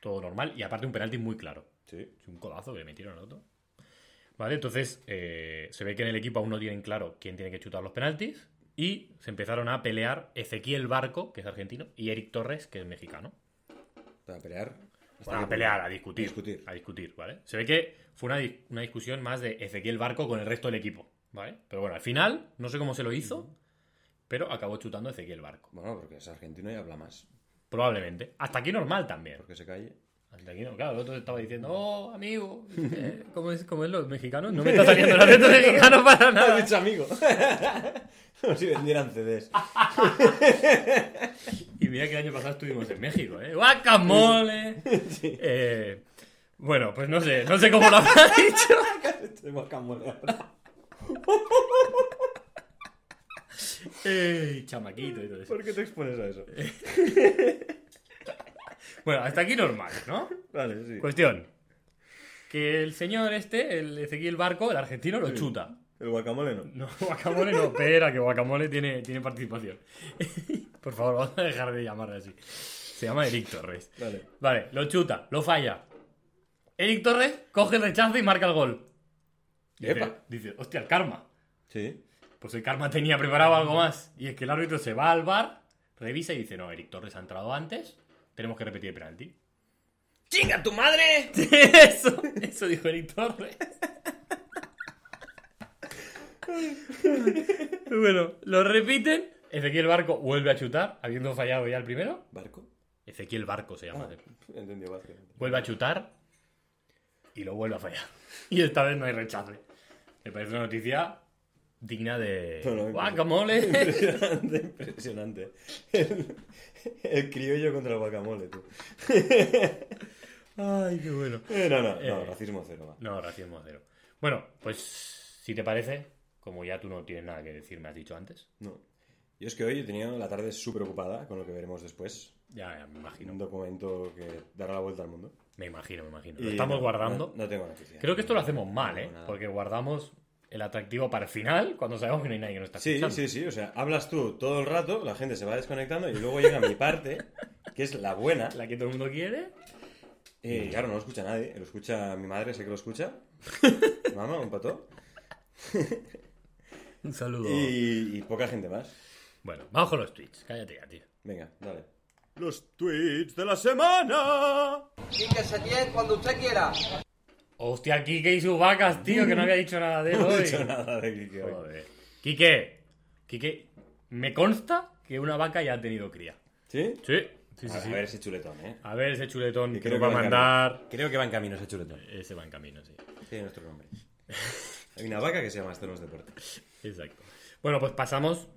todo normal, y aparte un penalti muy claro. Sí. Es un codazo que le metieron al otro. Vale, entonces eh, se ve que en el equipo aún no tienen claro quién tiene que chutar los penaltis. Y se empezaron a pelear Ezequiel Barco, que es argentino, y Eric Torres, que es mexicano. Para pelear. Bueno, a pelear, a discutir. A discutir. A discutir, ¿vale? Se ve que fue una, dis- una discusión más de Ezequiel Barco con el resto del equipo, ¿vale? Pero bueno, al final, no sé cómo se lo hizo, pero acabó chutando Ezequiel Barco. Bueno, porque es argentino y habla más. Probablemente. Hasta aquí normal también. Porque se <laughs> calle. Hasta aquí no- claro, el otro estaba diciendo, oh, <laughs> amigo, eh, ¿cómo es, cómo es los mexicanos? <laughs> No me está saliendo el acento mexicano para Has nada. dicho amigo. <laughs> Como si vendieran <laughs> CDs. <laughs> Y mira que el año pasado estuvimos en México, ¿eh? <laughs> ¡Guacamole! Eh, bueno, pues no sé, no sé cómo lo habrá <laughs> dicho. Este guacamole ahora. Ey, chamaquito y todo eso. ¿Por qué te expones a eso? Bueno, hasta aquí normal, ¿no? Vale, sí. Cuestión. Que el señor este, el Ezequiel Barco, el argentino, lo chuta. El guacamole no. No, guacamole no, espera, que guacamole tiene, tiene participación. <laughs> Por favor, vamos a dejar de llamarle así. Se llama Eric Torres. Vale. Vale, lo chuta, lo falla. Eric Torres coge el rechazo y marca el gol. Dice, Epa. dice, hostia, el karma. Sí. Pues el karma tenía preparado algo más. Y es que el árbitro se va al bar, revisa y dice, no, Eric Torres ha entrado antes, tenemos que repetir el penalti. ¡Chinga tu madre! <laughs> Eso, eso dijo Eric Torres. <laughs> bueno, lo repiten. Ezequiel Barco vuelve a chutar, habiendo fallado ya el primero. ¿Barco? Ezequiel Barco se llama. Ah, Entendió básquet. Vuelve a chutar y lo vuelve a fallar. <laughs> Y esta vez no hay rechace. Me parece una noticia digna No, no, de... no. ¡Guacamole! <laughs> Impresionante, impresionante. El, el criollo contra el guacamole, tú. ¡Ay, qué bueno! Eh, no, no, no, Eh. racismo cero, va. No, racismo cero. Bueno, pues si te parece, como ya tú no tienes nada que decir, me has dicho antes. No. Yo es que hoy he tenido la tarde súper ocupada con lo que veremos después. Ya, ya me imagino. Un documento que dará la vuelta al mundo. Me imagino, me imagino. Y Lo estamos Eh, no, guardando. No, no tengo noticia. Creo que esto lo hacemos mal, No ¿eh? tengo nada. Porque guardamos el atractivo para el final cuando sabemos que no hay nadie que nos está Sí, escuchando. sí, sí. O sea, hablas tú todo el rato, la gente se va desconectando y luego llega mi parte, que es la buena. La que todo el mundo quiere. Eh, claro, no lo escucha nadie. Lo escucha mi madre, sé que lo escucha. <laughs> Mamá, un pato. Un saludo. Y, y poca gente más. Bueno, vamos con los tweets. Cállate ya, tío. Venga, dale. Los tweets de la semana. <laughs> Fíjese bien cuando usted quiera. Hostia, Kike y sus vacas, tío, que no había dicho nada de él hoy. No he dicho nada de Quique hoy. Joder. Quique, Quique, me consta que una vaca ya ha tenido cría. ¿Sí? Sí, sí, sí. A sí. ver ese chuletón, ¿eh? A ver ese chuletón que, creo nos va a en mandar. camino. Creo que va en camino ese chuletón. Ese va en camino, sí. Tiene nuestro <laughs> nombre. Hay una vaca que se llama Estonos Deporte. Exacto. Bueno, pues pasamos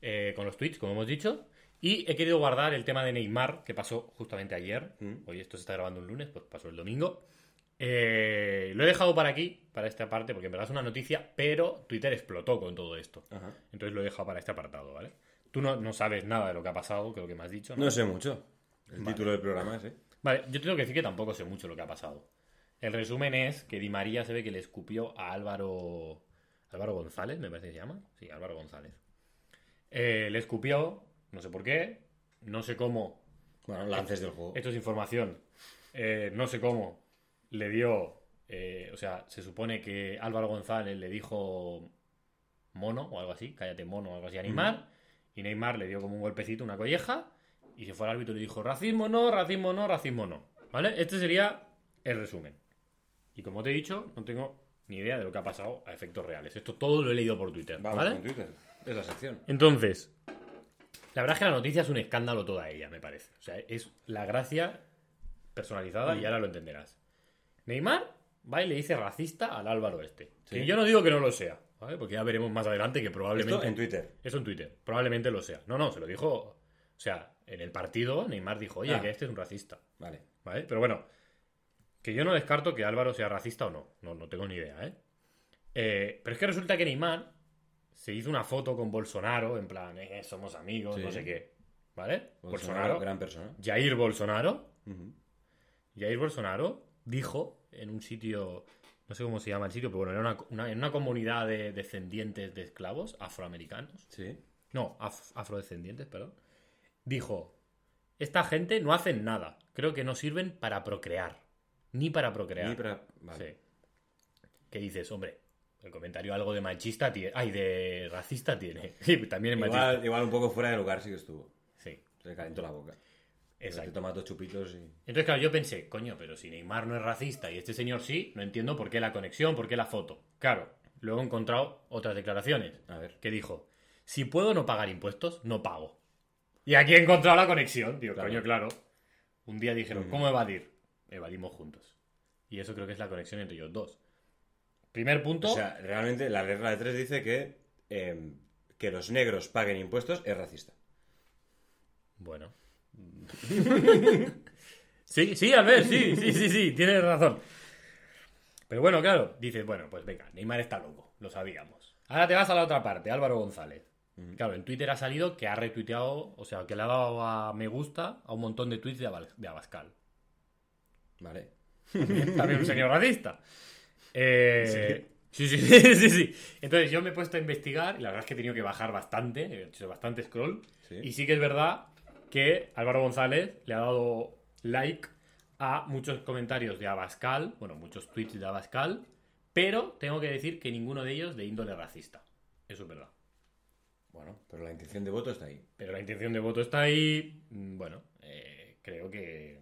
eh, con los tweets, como hemos dicho. Y he querido guardar el tema de Neymar, que pasó justamente ayer. Mm. Hoy esto se está grabando un lunes, pues pasó el domingo. Eh, lo he dejado para aquí, para esta parte, porque en verdad es una noticia, pero Twitter explotó con todo esto. Ajá. Entonces lo he dejado para este apartado, ¿vale? Tú no, no sabes nada de lo que ha pasado, creo que me has dicho. ¿no? No sé mucho. El título del programa es, ¿eh? Vale, yo tengo que decir que tampoco sé mucho lo que ha pasado. El resumen es que Di María se ve que le escupió a Álvaro. Álvaro González, me parece que se llama. Sí, Álvaro González. Eh, le escupió, no sé por qué, no sé cómo. Bueno, lances del juego. Esto es información. Eh, no sé cómo. Le dio. eh, o sea, se supone que Álvaro González le dijo mono o algo así, cállate mono o algo así a Neymar. Y Neymar le dio como un golpecito, una colleja. Y se fue al árbitro y le dijo: racismo no, racismo no, racismo no. ¿Vale? Este sería el resumen. Y como te he dicho, no tengo ni idea de lo que ha pasado a efectos reales. Esto todo lo he leído por Twitter. Vamos ¿vale? con Twitter. Es la sección. Entonces, la verdad es que la noticia es un escándalo toda ella, me parece. O sea, es la gracia personalizada y ahora lo entenderás. Neymar va y le dice racista al Álvaro este. Sí. Que yo no digo que no lo sea, ¿vale? Porque ya veremos más adelante que probablemente... Esto en Twitter. Eso en Twitter, probablemente lo sea. No, no, se lo dijo... O sea, en el partido Neymar dijo, oye, Ah. que este es un racista. Vale. ¿Vale? Pero bueno, que yo no descarto que Álvaro sea racista o no. No, no tengo ni idea, ¿eh? Eh, Pero es que resulta que Neymar se hizo una foto con Bolsonaro, en plan, eh, somos amigos, Sí. no sé qué. ¿Vale? Bolsonaro, Bolsonaro. gran persona. Jair Bolsonaro. Ujú. Jair Bolsonaro dijo en un sitio, no sé cómo se llama el sitio, pero bueno, era una, una- en una comunidad de descendientes de esclavos afroamericanos. Sí. No, af- afrodescendientes, perdón. Dijo, esta gente no hacen nada. Creo que no sirven para procrear. Ni para procrear. Ni para- vale. Sí. ¿Qué dices, hombre? El comentario algo de machista tiene. Ay, de racista tiene. <laughs> Sí, también es machista. Igual, igual un poco fuera de lugar sí que estuvo. Sí. Se le calentó la boca. Exacto. Te tomas dos chupitos y... Entonces, claro, yo pensé, coño, pero si Neymar no es racista y este señor sí, no entiendo por qué la conexión, por qué la foto. Claro, luego he encontrado otras declaraciones. A ver. Que dijo, si puedo no pagar impuestos, no pago. Y aquí he encontrado la conexión. Digo, Claro. Mm. coño, claro. Un día dijeron, ¿cómo evadir? Evadimos juntos. Y eso creo que es la conexión entre ellos dos. Primer punto, O sea, realmente la regla de tres dice que em, que los negros paguen impuestos es racista. bueno. <laughs> sí, sí, a ver, sí, sí, sí, sí, tienes razón. Pero bueno, claro, dices, bueno, pues venga, Neymar está loco, lo sabíamos. Ahora te vas a la otra parte, Álvaro González. Claro, en Twitter ha salido que ha retuiteado, o sea, que le ha dado a me gusta a un montón de tweets de, Abal- de Abascal. Vale. también un señor racista. Eh, sí, sí, <laughs> sí, sí, sí. Entonces yo me he puesto a investigar y la verdad es que he tenido que bajar bastante, he hecho bastante scroll. Sí. Y sí que es verdad que Álvaro González le ha dado like a muchos comentarios de Abascal, bueno, muchos tweets de Abascal, pero tengo que decir que ninguno de ellos de índole racista. Eso es verdad. Bueno, pero la intención de voto está ahí. Pero la intención de voto está ahí. mm, Bueno, eh, creo que...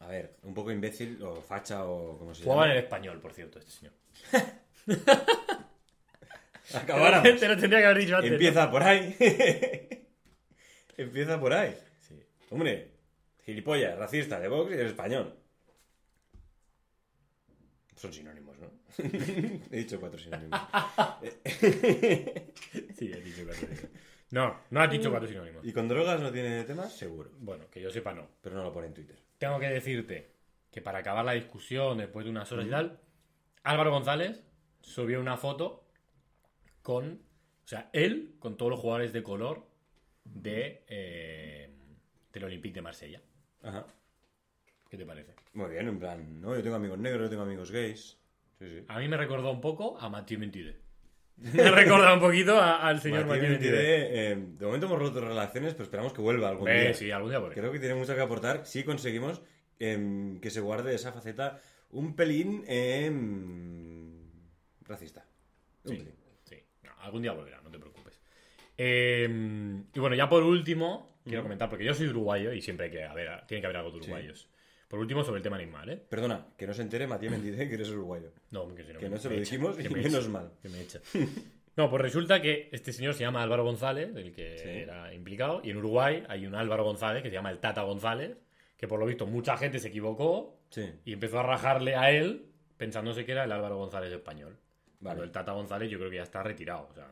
A ver, un poco imbécil o facha o como se Jugaba en llama. el español, por cierto, este señor. <laughs> Acabáramos. Te lo tendría que haber dicho antes. ¿no? Empieza por ahí. <laughs> Empieza por ahí. Hombre, gilipollas, racista, de Vox y del español. <laughs> Son sinónimos, ¿no? He dicho cuatro sinónimos. Sí, he dicho cuatro sinónimos. No, no has dicho cuatro sinónimos. ¿Y con drogas no tiene tema? Seguro. Bueno, que yo sepa, no. Pero no lo pone en Twitter. Tengo que decirte que para acabar la discusión después de unas horas y tal, Álvaro González subió una foto con. O sea, él con todos los jugadores de color de, eh, del Olympique de Marsella. Ajá. ¿Qué te parece? Muy bien, en plan, ¿no? Yo tengo amigos negros, yo tengo amigos gays. Sí, sí. A mí me recordó un poco a Mathieu <laughs> Mentide. Me recordó un poquito a- al señor Martín Mathieu Mentide. Mentide, eh, de momento hemos roto relaciones, pero esperamos que vuelva algún Eh, día. sí, algún día volveré. Creo que tiene mucho que aportar si conseguimos em, que se guarde esa faceta un pelín em, racista. Un Sí, pelín. sí. No, algún día volverá, no te preocupes. Eh, y bueno, ya por último, quiero comentar, porque yo soy uruguayo y siempre hay que haber, tiene que haber algo de uruguayos. Por último, sobre el tema Neymar, ¿eh? Perdona, que no se entere Matías Mentide que eres uruguayo. No, que, si Que me- no se me lo echa, dijimos que y me menos echa, mal. que me echa. No, pues resulta que este señor se llama Álvaro González, el que Sí. era implicado, y en Uruguay hay un Álvaro González que se llama el Tata González, que por lo visto mucha gente se equivocó Sí. y empezó a rajarle a él pensándose que era el Álvaro González español. Pero el Vale. Tata González yo creo que ya está retirado. O sea,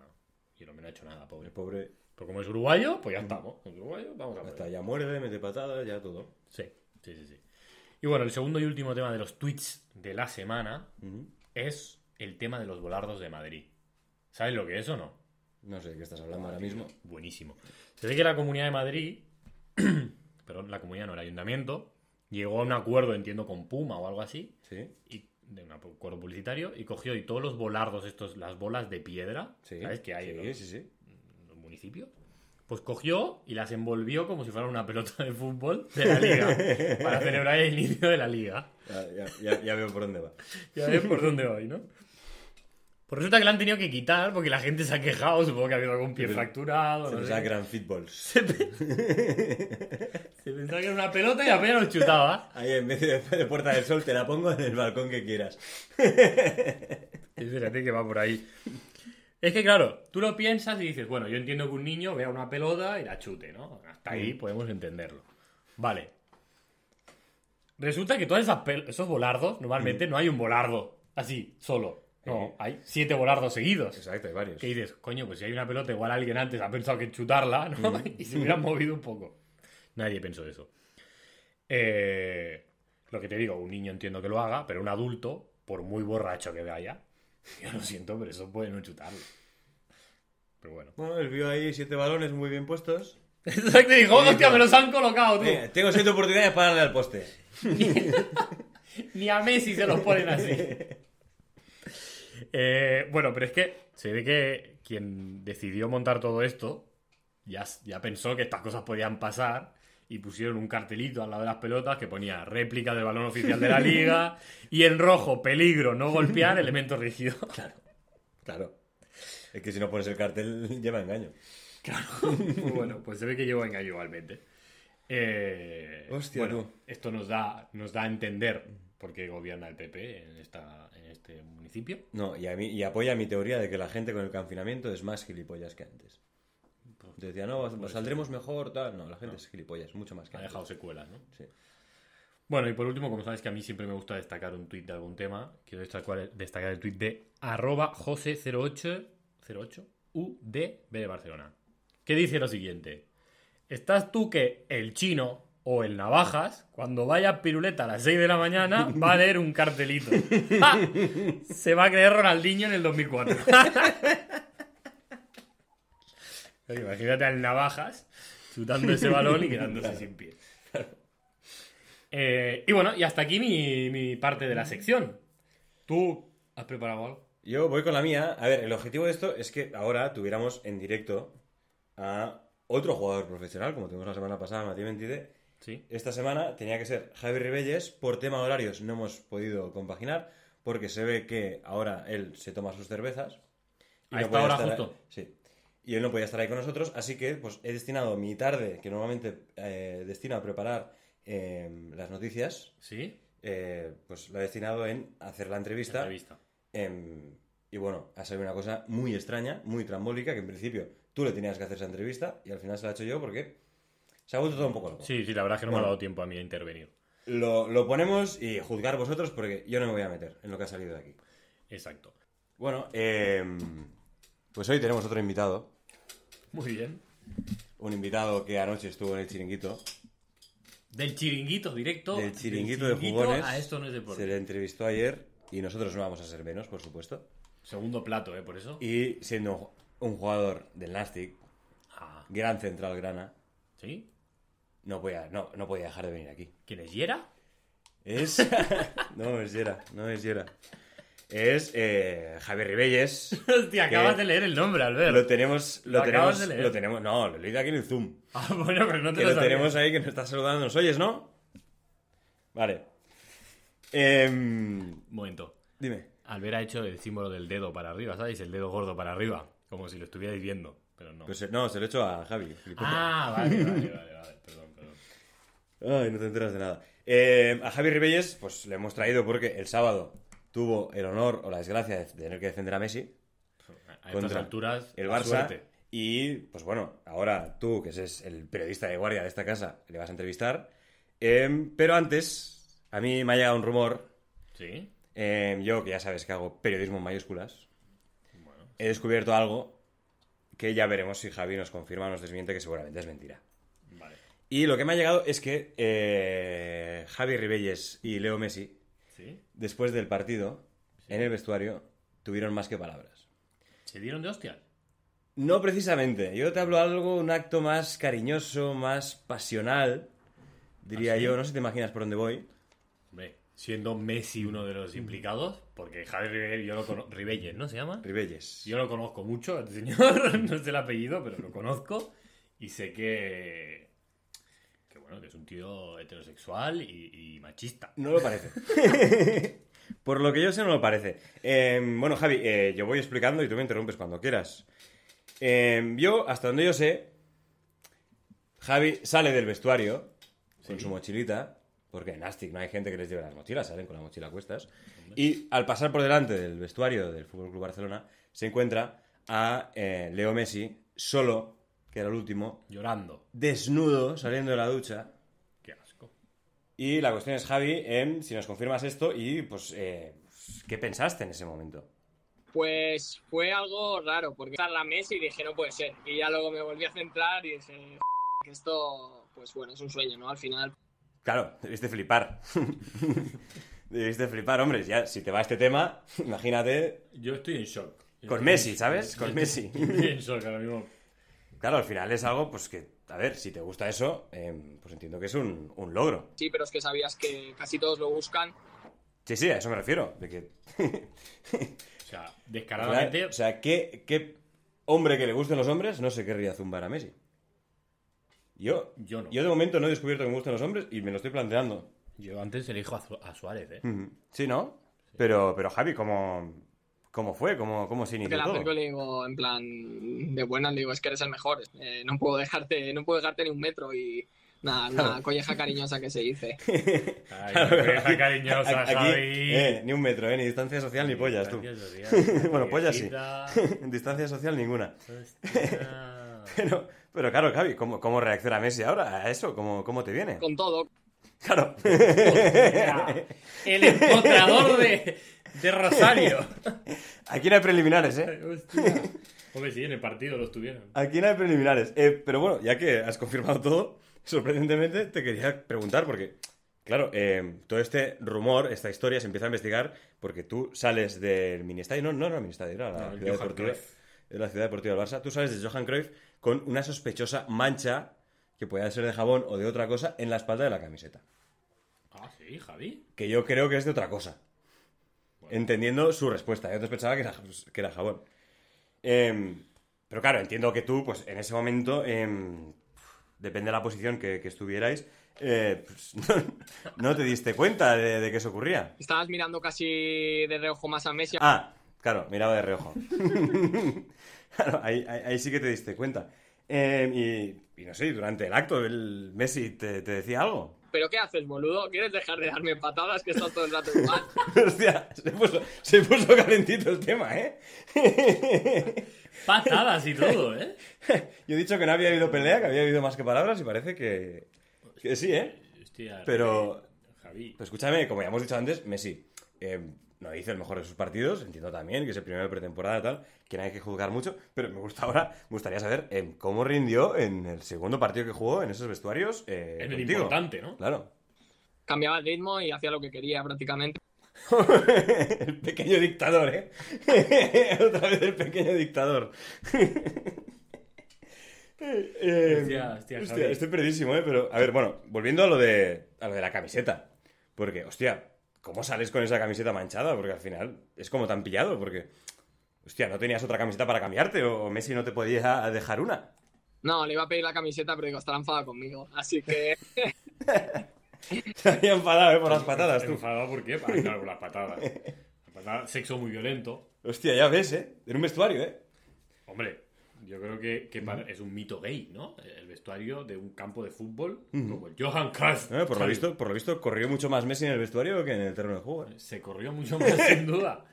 yo no me lo ha hecho nada, El pobre. pobre Pero como es uruguayo, pues ya estamos. Es uruguayo, vamos a hasta ver. ya muerde, mete patadas, ya todo. Sí, sí, sí, sí. Y bueno, el segundo y último tema de los tweets de la semana Ujú. es el tema de los volardos de Madrid. ¿Sabes lo que es o no? No sé de qué estás hablando ahora mismo. Buenísimo. Se ve que la Comunidad de Madrid, <clears throat> perdón, la Comunidad no, el Ayuntamiento, llegó a un acuerdo, entiendo, con Puma o algo así, Sí. y de un acuerdo publicitario, y cogió y todos los volardos estos, las bolas de piedra, Sí. ¿sabes? Que hay en los- Sí, sí, sí. los municipios, pues cogió y las envolvió como si fuera una pelota de fútbol de la liga, <laughs> para celebrar el inicio de la liga. Ya, ya- ya- ya veo por dónde <laughs> va. Ya ves por dónde voy, ¿no? Pues resulta que la han tenido que quitar porque la gente se ha quejado, supongo que ha habido algún pie fracturado. no Se sé. pensaba que eran <laughs> fitballs. Se pensaba que era una pelota y apenas lo chutaba. Ahí en vez de, de Puerta del Sol te la pongo en el balcón que quieras. <laughs> Espérate que va por ahí. Es que claro, tú lo piensas y dices, bueno, yo entiendo que un niño vea una pelota y la chute, ¿no? Hasta ahí podemos entenderlo. Vale. Resulta que todos esos volardos, normalmente no hay un volardo así, solo. No, Sí. hay siete volardos seguidos. Exacto, hay varios. Que dices, coño, pues si hay una pelota, igual alguien antes ha pensado que en chutarla, ¿no? <laughs> y se hubieran movido un poco. Nadie pensó eso. Eh, lo que te digo, un niño entiendo que lo haga, pero un adulto, por muy borracho que vaya, <laughs> yo lo siento, pero eso puede no chutarlo. Pero bueno. <laughs> Bueno, él vio ahí siete balones muy bien puestos. Exacto, dijo, hostia, me los han colocado, tú. Venga, tengo siete oportunidades para darle al poste. Ni a Messi se los ponen así. <laughs> Eh, bueno, pero es que se ve que quien decidió montar todo esto ya, ya pensó que estas cosas podían pasar y pusieron un cartelito al lado de las pelotas que ponía réplica del balón <laughs> oficial de la liga y en rojo, peligro, no golpear, elemento rígido. <laughs> Claro. Claro. Es que si no pones el cartel, <laughs> lleva engaño. Muy bueno, pues se ve que llevo engaño igualmente. Eh, Hostia, bueno, tú. esto nos da, nos da a entender por qué gobierna el PP en, esta, en este municipio. No, y, a mí, y apoya mi teoría de que la gente con el confinamiento es más gilipollas que antes. Decía, no, saldremos mejor, tal. Pues No, la gente es gilipollas, mucho más que Ha antes. dejado secuelas, ¿no? Sí. Bueno, y por último, como sabes que a mí siempre me gusta destacar un tuit de algún tema, quiero destacar el, destacar el tuit de arroba jose0808udb de Barcelona, que dice lo siguiente. Estás tú que el chino o el navajas, cuando vaya a piruleta a las 6 de la mañana, va a leer un <laughs> cartelito. ¡Ja! Se va a creer Ronaldinho en el 2004. Imagínate al navajas chutando <laughs> ese balón y quedándose sin pie. Eh, y bueno, y hasta aquí mi, mi parte de la sección. ¿Tú has preparado algo? Yo voy con la mía. A ver, el objetivo de esto es que ahora tuviéramos en directo a otro jugador profesional, como tuvimos la semana pasada, Matías Mentide. Sí. Esta semana tenía que ser Javi Ribelles. Por tema horarios no hemos podido compaginar, porque se ve que ahora él se toma sus cervezas. A esta podía hora estar- justo. sí. Y él no podía estar ahí con nosotros, así que pues he destinado mi tarde, que normalmente eh, destino a preparar eh, las noticias, ¿Sí? eh, pues la he destinado en hacer la entrevista. Entrevista. Em, y bueno, ha salido una cosa muy extraña, muy trambólica, que en principio tú le tenías que hacer esa entrevista y al final se la he hecho yo porque se ha vuelto todo un poco loco. Sí, sí, la verdad es que no me Oh. Bueno. ha dado tiempo a mí a intervenir. Lo, lo ponemos y juzgar vosotros porque yo no me voy a meter en lo que ha salido de aquí. Exacto. Bueno, em, pues hoy tenemos otro invitado. Muy bien. Un invitado que anoche estuvo en el chiringuito. Del chiringuito directo. del chiringuito de chiringuito jugones. A esto no es deporte. se le entrevistó ayer y nosotros no vamos a ser menos, por supuesto. Segundo plato, ¿eh? Por eso. Y siendo un jugador del Nastic, Ah, gran central grana, ¿Sí? no podía, no, no podía dejar de venir aquí. ¿Quién es <laughs> Yera? <laughs> Es. no es Yera, no es Yera. Es eh, Javier Ribelles. Hostia, acabas Que- de leer el nombre, Albert. Lo tenemos. Lo, Lo acabas tenemos. de leer. Lo tenemos. No, lo he leído aquí en el Zoom. Ah, bueno, pero no te Que lo lo sabía. tenemos ahí que nos está saludando. ¿Nos oyes, no? Vale. Em, Un momento. dime. Albert ha hecho el símbolo del dedo para arriba, ¿sabéis? El dedo gordo para arriba. Como si lo estuvierais viendo. Pero no. Pues eh, no, se lo he hecho a Javi. Ah, vale, vale, <laughs> vale, vale. Perdón, perdón. Ay, no te enteras de nada. Eh, a Javi Ribelles, pues le hemos traído porque el sábado tuvo el honor o la desgracia de tener que defender a Messi. A estas contra alturas, el la Barça. suerte. Y pues bueno, ahora tú, que es el periodista de guardia de esta casa, le vas a entrevistar. Em, pero antes, a mí me ha llegado un rumor. Sí. em, yo, que ya sabes que hago periodismo en mayúsculas, he descubierto algo que ya veremos si Javi nos confirma o nos desmiente, que seguramente es mentira. Vale. Y lo que me ha llegado es que eh, Javi Ribelles y Leo Messi, ¿Sí? después del partido, en el vestuario, tuvieron más que palabras. ¿Se dieron de hostias? No precisamente. Yo te hablo algo, un acto más cariñoso, más pasional, diría ¿Ah, sí? yo. No sé si te imaginas por dónde voy. Hombre, siendo Messi uno de los implicados, porque Javier Ribelles, yo lo conozco. Ribelles, ¿no se llama? Ribelles. Yo lo conozco mucho, este señor. <laughs> no sé el apellido, pero lo conozco. Y sé que. Que bueno, que es un tío heterosexual y, y machista. No lo parece. por lo que yo sé, no lo parece. Eh, bueno, Javi, eh, yo voy explicando y tú me interrumpes cuando quieras. Eh, yo, hasta donde yo sé, Javi sale del vestuario con su mochilita, porque en Astic no hay gente que les lleve las mochilas, salen con la mochila a cuestas. Y al pasar por delante del vestuario del Fútbol Club Barcelona, se encuentra a eh, Leo Messi solo, que era el último, Llorando. desnudo, saliendo de la ducha. Qué asco. Y la cuestión es, Javi, em, si nos confirmas esto y, pues, eh, ¿qué pensaste en ese momento? Pues fue algo raro, porque estaba la mesa y dije, no puede ser. Y ya luego me volví a centrar y dije, "Joder, que esto, pues bueno, es un sueño, ¿no? Al final. Claro, debiste flipar. <laughs> debiste flipar, hombre, ya, si te va este tema, <laughs> imagínate, Yo estoy en shock. Yo Con estoy Messi, en- <laughs> ¿sabes? yo Con estoy- Messi. Estoy en shock ahora mismo. claro, al final es algo, pues, que, a ver, si te gusta eso, em, pues entiendo que es un, un logro. Sí, pero es que sabías que casi todos lo buscan. Sí, sí, a eso me refiero, de que... <laughs> O sea, descaradamente. o sea, ¿qué, qué hombre que le gusten los hombres no se querría zumbar a Messi? Yo, Yo no. yo de momento no he descubierto que me gustan los hombres y me lo estoy planteando. Yo antes elijo a, Su- a Suárez, ¿eh? Ujú. Sí, ¿no? Pero, pero Javi, ¿cómo, ¿Cómo fue? ¿Cómo, cómo se Que inició la acerco y todo? <laughs> le digo, en plan, de buenas, le digo, es que eres el mejor. eh, no puedo dejarte, no puedo dejarte ni un metro y nada, una colleja cariñosa que se dice. Ay, Claro, <laughs> qué aquí- cariñosa, aquí, Javi. eh, ni un metro, eh, ni distancia social ni pollas, tú. Gracias, <laughs> Adrián. Bueno, pollas sí. Viejita. <laughs> distancia social ninguna. Hostia. Pero, pero claro, Javi, ¿cómo, cómo reacciona Messi ahora a eso? ¿Cómo, cómo te viene? Con todo, Claro. El empotrador de, de Rosario. <laughs> Aquí no hay preliminares, ¿eh? Hostia. Hombre, sí, en el partido los tuvieron. Aquí no hay preliminares. Eh, pero bueno, ya que has confirmado todo, sorprendentemente te quería preguntar, porque, claro, eh, todo este rumor, esta historia se empieza a investigar porque tú sales del Ministadio, no, no era el Ministadio, era la, No, el ciudad Johan deportiva, Cruyff. era la Ciudad Deportiva del Barça. Tú sales de Johan Cruyff con una sospechosa mancha que puede ser de jabón o de otra cosa en la espalda de la camiseta. Ah, sí, Javi. Que yo creo que es de otra cosa. Entendiendo su respuesta. Yo antes pensaba que era, que era jabón. Em, pero claro, entiendo que tú, pues en ese momento, em, depende de la posición que, que estuvierais, eh, pues, <laughs> no, no te diste cuenta de, de que eso ocurría. estabas mirando casi de reojo más a Messi. Ah, claro, miraba de reojo. <laughs> claro, ahí, ahí- ahí sí que te diste cuenta. Em, y, y no sé, durante el acto, el Messi te, te decía algo. ¿Pero qué haces, boludo? ¿Quieres dejar de darme patadas que estás todo el rato igual? <laughs> Hostia, se puso, se puso calentito el tema, ¿eh? <laughs> Patadas y todo, ¿eh? Yo he dicho que no había habido pelea, que había habido más que palabras y parece que, que sí, ¿eh? Hostia. Pero, Javi. pero escúchame, como ya hemos dicho antes, Messi eh, no hizo el mejor de sus partidos, entiendo también que es el primero de pretemporada tal, que no hay que juzgar mucho, pero me gusta ahora, me gustaría saber eh, cómo rindió en el segundo partido que jugó en esos vestuarios. eh, En el contigo. importante, ¿no? Claro. Cambiaba el ritmo y hacía lo que quería prácticamente. <laughs> el pequeño dictador, ¿eh? <laughs> Otra vez el pequeño dictador. <laughs> Eh, eh, Hostia, hostia, Javi. estoy perdidísimo, ¿eh? Pero, a ver, bueno, volviendo a lo de, a lo de la camiseta. Porque, hostia, ¿cómo sales con esa camiseta manchada? Porque al final es como tan pillado, porque, hostia, ¿no tenías otra camiseta para cambiarte? ¿O Messi no te podía dejar una? <laughs> No, le iba a pedir la camiseta, pero digo, estará enfadado conmigo. Así que <laughs> Te había enfadado, ¿eh? Por las patadas, tú. Enfadado, ¿por qué? Ah, claro, las patadas. La patada, sexo muy violento. Hostia, ya ves, ¿eh? En un vestuario, ¿eh? Hombre, yo creo que, que para- es un mito gay, ¿no? El vestuario de un campo de fútbol como el Johan Cruyff. Eh, Por, lo Javi, visto, por lo visto, corrió mucho más Messi en el vestuario que en el terreno de juego. ¿eh? Se corrió mucho más, sin <laughs> duda.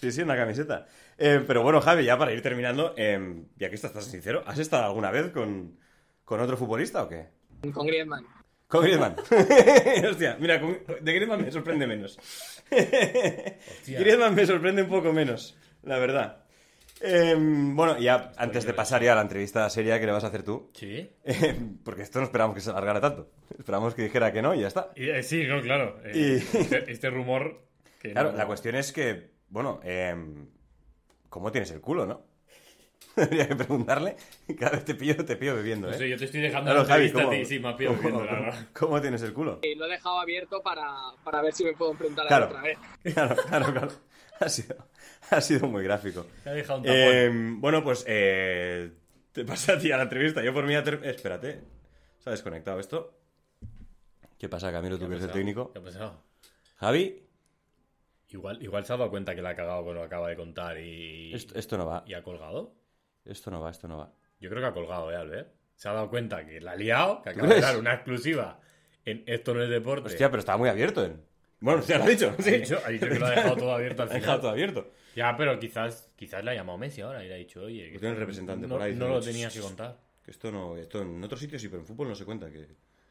Sí, sí, en la camiseta. Eh, pero bueno, Javi, ya para ir terminando, eh, ya que estás tan sincero, ¿has estado alguna vez con, con otro futbolista o qué? con Griezmann. Con Griezmann. Hostia, mira, con- de Griezmann me sorprende menos. Griezmann me sorprende un poco menos, la verdad. Eh, bueno, ya antes de pasar ya a la entrevista seria que le vas a hacer tú, <laughs> Sí. eh, porque esto no esperamos que se alargara tanto. Esperamos que dijera que no y ya está. Y, eh, sí, no, claro. eh, Y- este, este rumor. Que Claro, no- la cuestión es que, bueno, em, ¿cómo tienes el culo, no? <laughs> Habría que preguntarle. Cada vez te pillo, te pillo bebiendo, No ¿eh? sé, yo te estoy dejando Claro, la Javi, entrevista a ¿cómo, ti, sí, me ha pillado cómo- viendo, la verdad. cómo tienes el <laughs> culo? Y Eh, lo he dejado abierto para, para ver si me puedo enfrentar a él Claro. otra vez. Claro, claro, claro. Ha sido, ha sido muy gráfico. Te ha dejado un tapón. Em, bueno, pues eh, te pasa a ti a la entrevista. Yo por mí ya ter- Espérate. ¿Se ha desconectado esto? ¿Qué pasa, Camilo? ¿Tú que eres el técnico? ¿Qué ha pasado? Javi, Igual, igual se ha dado cuenta que la ha cagado con lo que acaba de contar y, esto, esto no va. y ha colgado. Esto no va, esto no va. Yo creo que ha colgado, ¿eh, Albert? Se ha dado cuenta que la ha liado, que acaba de crees? dar una exclusiva en Esto no es deporte. Hostia, pero estaba muy abierto. ¿eh? Bueno, ya lo ha dicho. ha, sí. dicho, ha dicho que lo ha dejado todo <laughs> abierto al Ha dejado todo final. abierto. Ya, pero quizás, quizás le ha llamado Messi ahora y le ha dicho, oye, que Porque Pues tiene un representante no, por ahí no diciendo, lo tenías que contar. Que esto no. Esto en otros sitios sí, pero en fútbol no se cuenta que,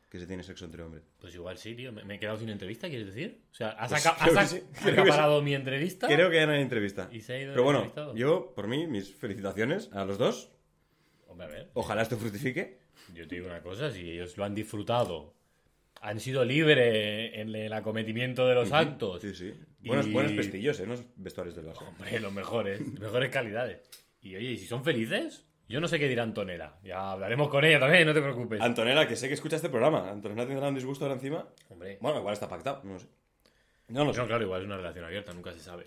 que se tiene sexo entre hombres. Pues igual sí, tío. Me, me he quedado sin entrevista, ¿quieres decir? O sea, has, Pues aca- creo has ac- que sí, creo que acaparado mi entrevista. Creo que ya no hay entrevista. ¿Y se ha ido el pero bueno, entrevistado? yo, por mí, mis felicitaciones a los dos. Hombre, a ver, Ojalá esto fructifique. yo te digo una cosa, si ellos lo han disfrutado, han sido libres en el acometimiento de los actos. Sí, sí. Y- Buenos, buenos pestillos, ¿eh? Los vestuarios del Barça. Hombre, los mejores, las mejores calidades. Y oye, ¿y si son felices? Yo no sé qué dirá Antonella. Ya hablaremos con ella también, no te preocupes. Antonella, que sé que escucha este programa. Antonella tendrá un disgusto ahora encima. Hombre. Bueno, igual está pactado. No lo sé. No lo sé. No, claro, igual es una relación abierta, nunca se sabe.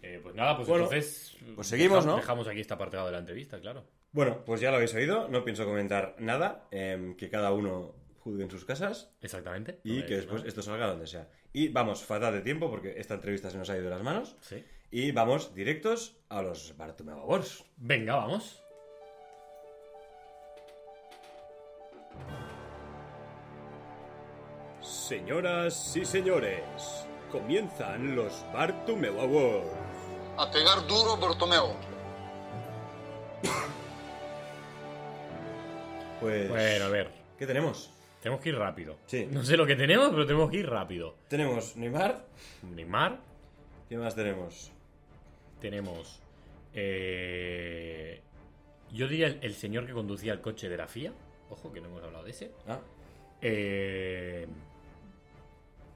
Eh, pues nada, pues Bueno, entonces. pues seguimos, deja- ¿no? Dejamos aquí este apartado de la entrevista, claro. Bueno, pues ya lo habéis oído. No pienso comentar nada. em, que cada uno juzgue en sus casas. Exactamente. No Y me que digas después nada. esto salga donde sea. Y vamos, fatal de tiempo porque esta entrevista se nos ha ido de las manos. Sí. Y vamos directos a los Bartomeu Awards. Venga, vamos. Señoras y señores, comienzan los Bartomeu Awards. A pegar duro, Bortomeo. Pues. Bueno, a ver. ¿Qué tenemos? Tenemos que ir rápido. Sí. No sé lo que tenemos, pero tenemos que ir rápido. Tenemos Neymar. Neymar, ¿Qué más tenemos? tenemos. eh, yo diría el, el señor que conducía el coche de la FIA. Ojo, que no hemos hablado de ese. Ah, Eh,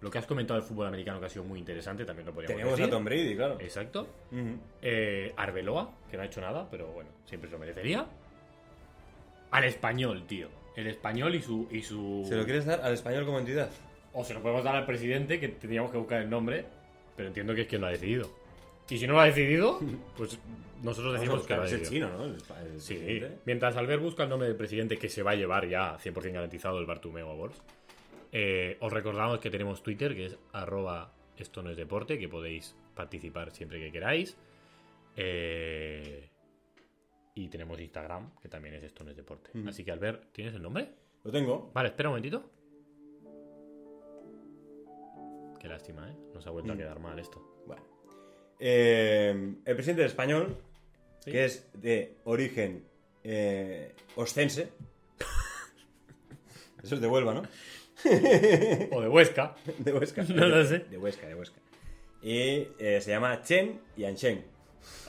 lo que has comentado del fútbol americano que ha sido muy interesante, también lo podríamos tenemos decir. a Tom Brady, claro. Exacto. Ujú. Eh, Arbeloa, que no ha hecho nada, pero bueno, siempre se lo merecería. Al español, tío. El español y su. Y su... ¿Se lo quieres dar al español como entidad? O se lo podemos dar al presidente, que tendríamos que buscar el nombre, pero entiendo que es quien lo ha decidido. Y si no lo ha <laughs> decidido, pues nosotros decimos que lo ha es el decidido. chino, ¿no? El, el Sí, presidente. mientras Albert busca el nombre del presidente que se va a llevar ya 100% garantizado el Bartumeo Awards, eh, os recordamos que tenemos Twitter, que es arroba esto no es deporte, que podéis participar siempre que queráis. Eh, y tenemos Instagram, que también es esto no es deporte. Ujú. Así que Albert, ¿tienes el nombre? Lo tengo. Vale, espera un momentito. Qué lástima, ¿eh? Nos ha vuelto Mm. a quedar mal esto. Bueno. Eh, el presidente del español, Sí. que es de origen eh, <laughs> ostense. Eso es de Huelva, ¿no? O de Huesca. <laughs> De Huesca. No lo sé. De Huesca, de Huesca. Y eh, se llama Chen Yansheng.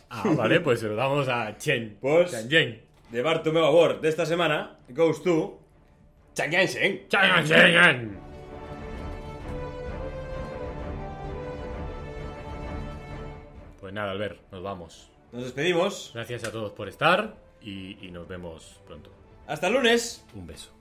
Ah, vale, pues se lo damos a Chen. Pues- Chen, Chen. De Bartomeu Award de esta semana goes to Chen Yansheng. Chen, Chen, Chen. Pues nada, Albert, nos vamos. Nos despedimos. Gracias a todos por estar y- y nos vemos pronto. Hasta el lunes. Un beso.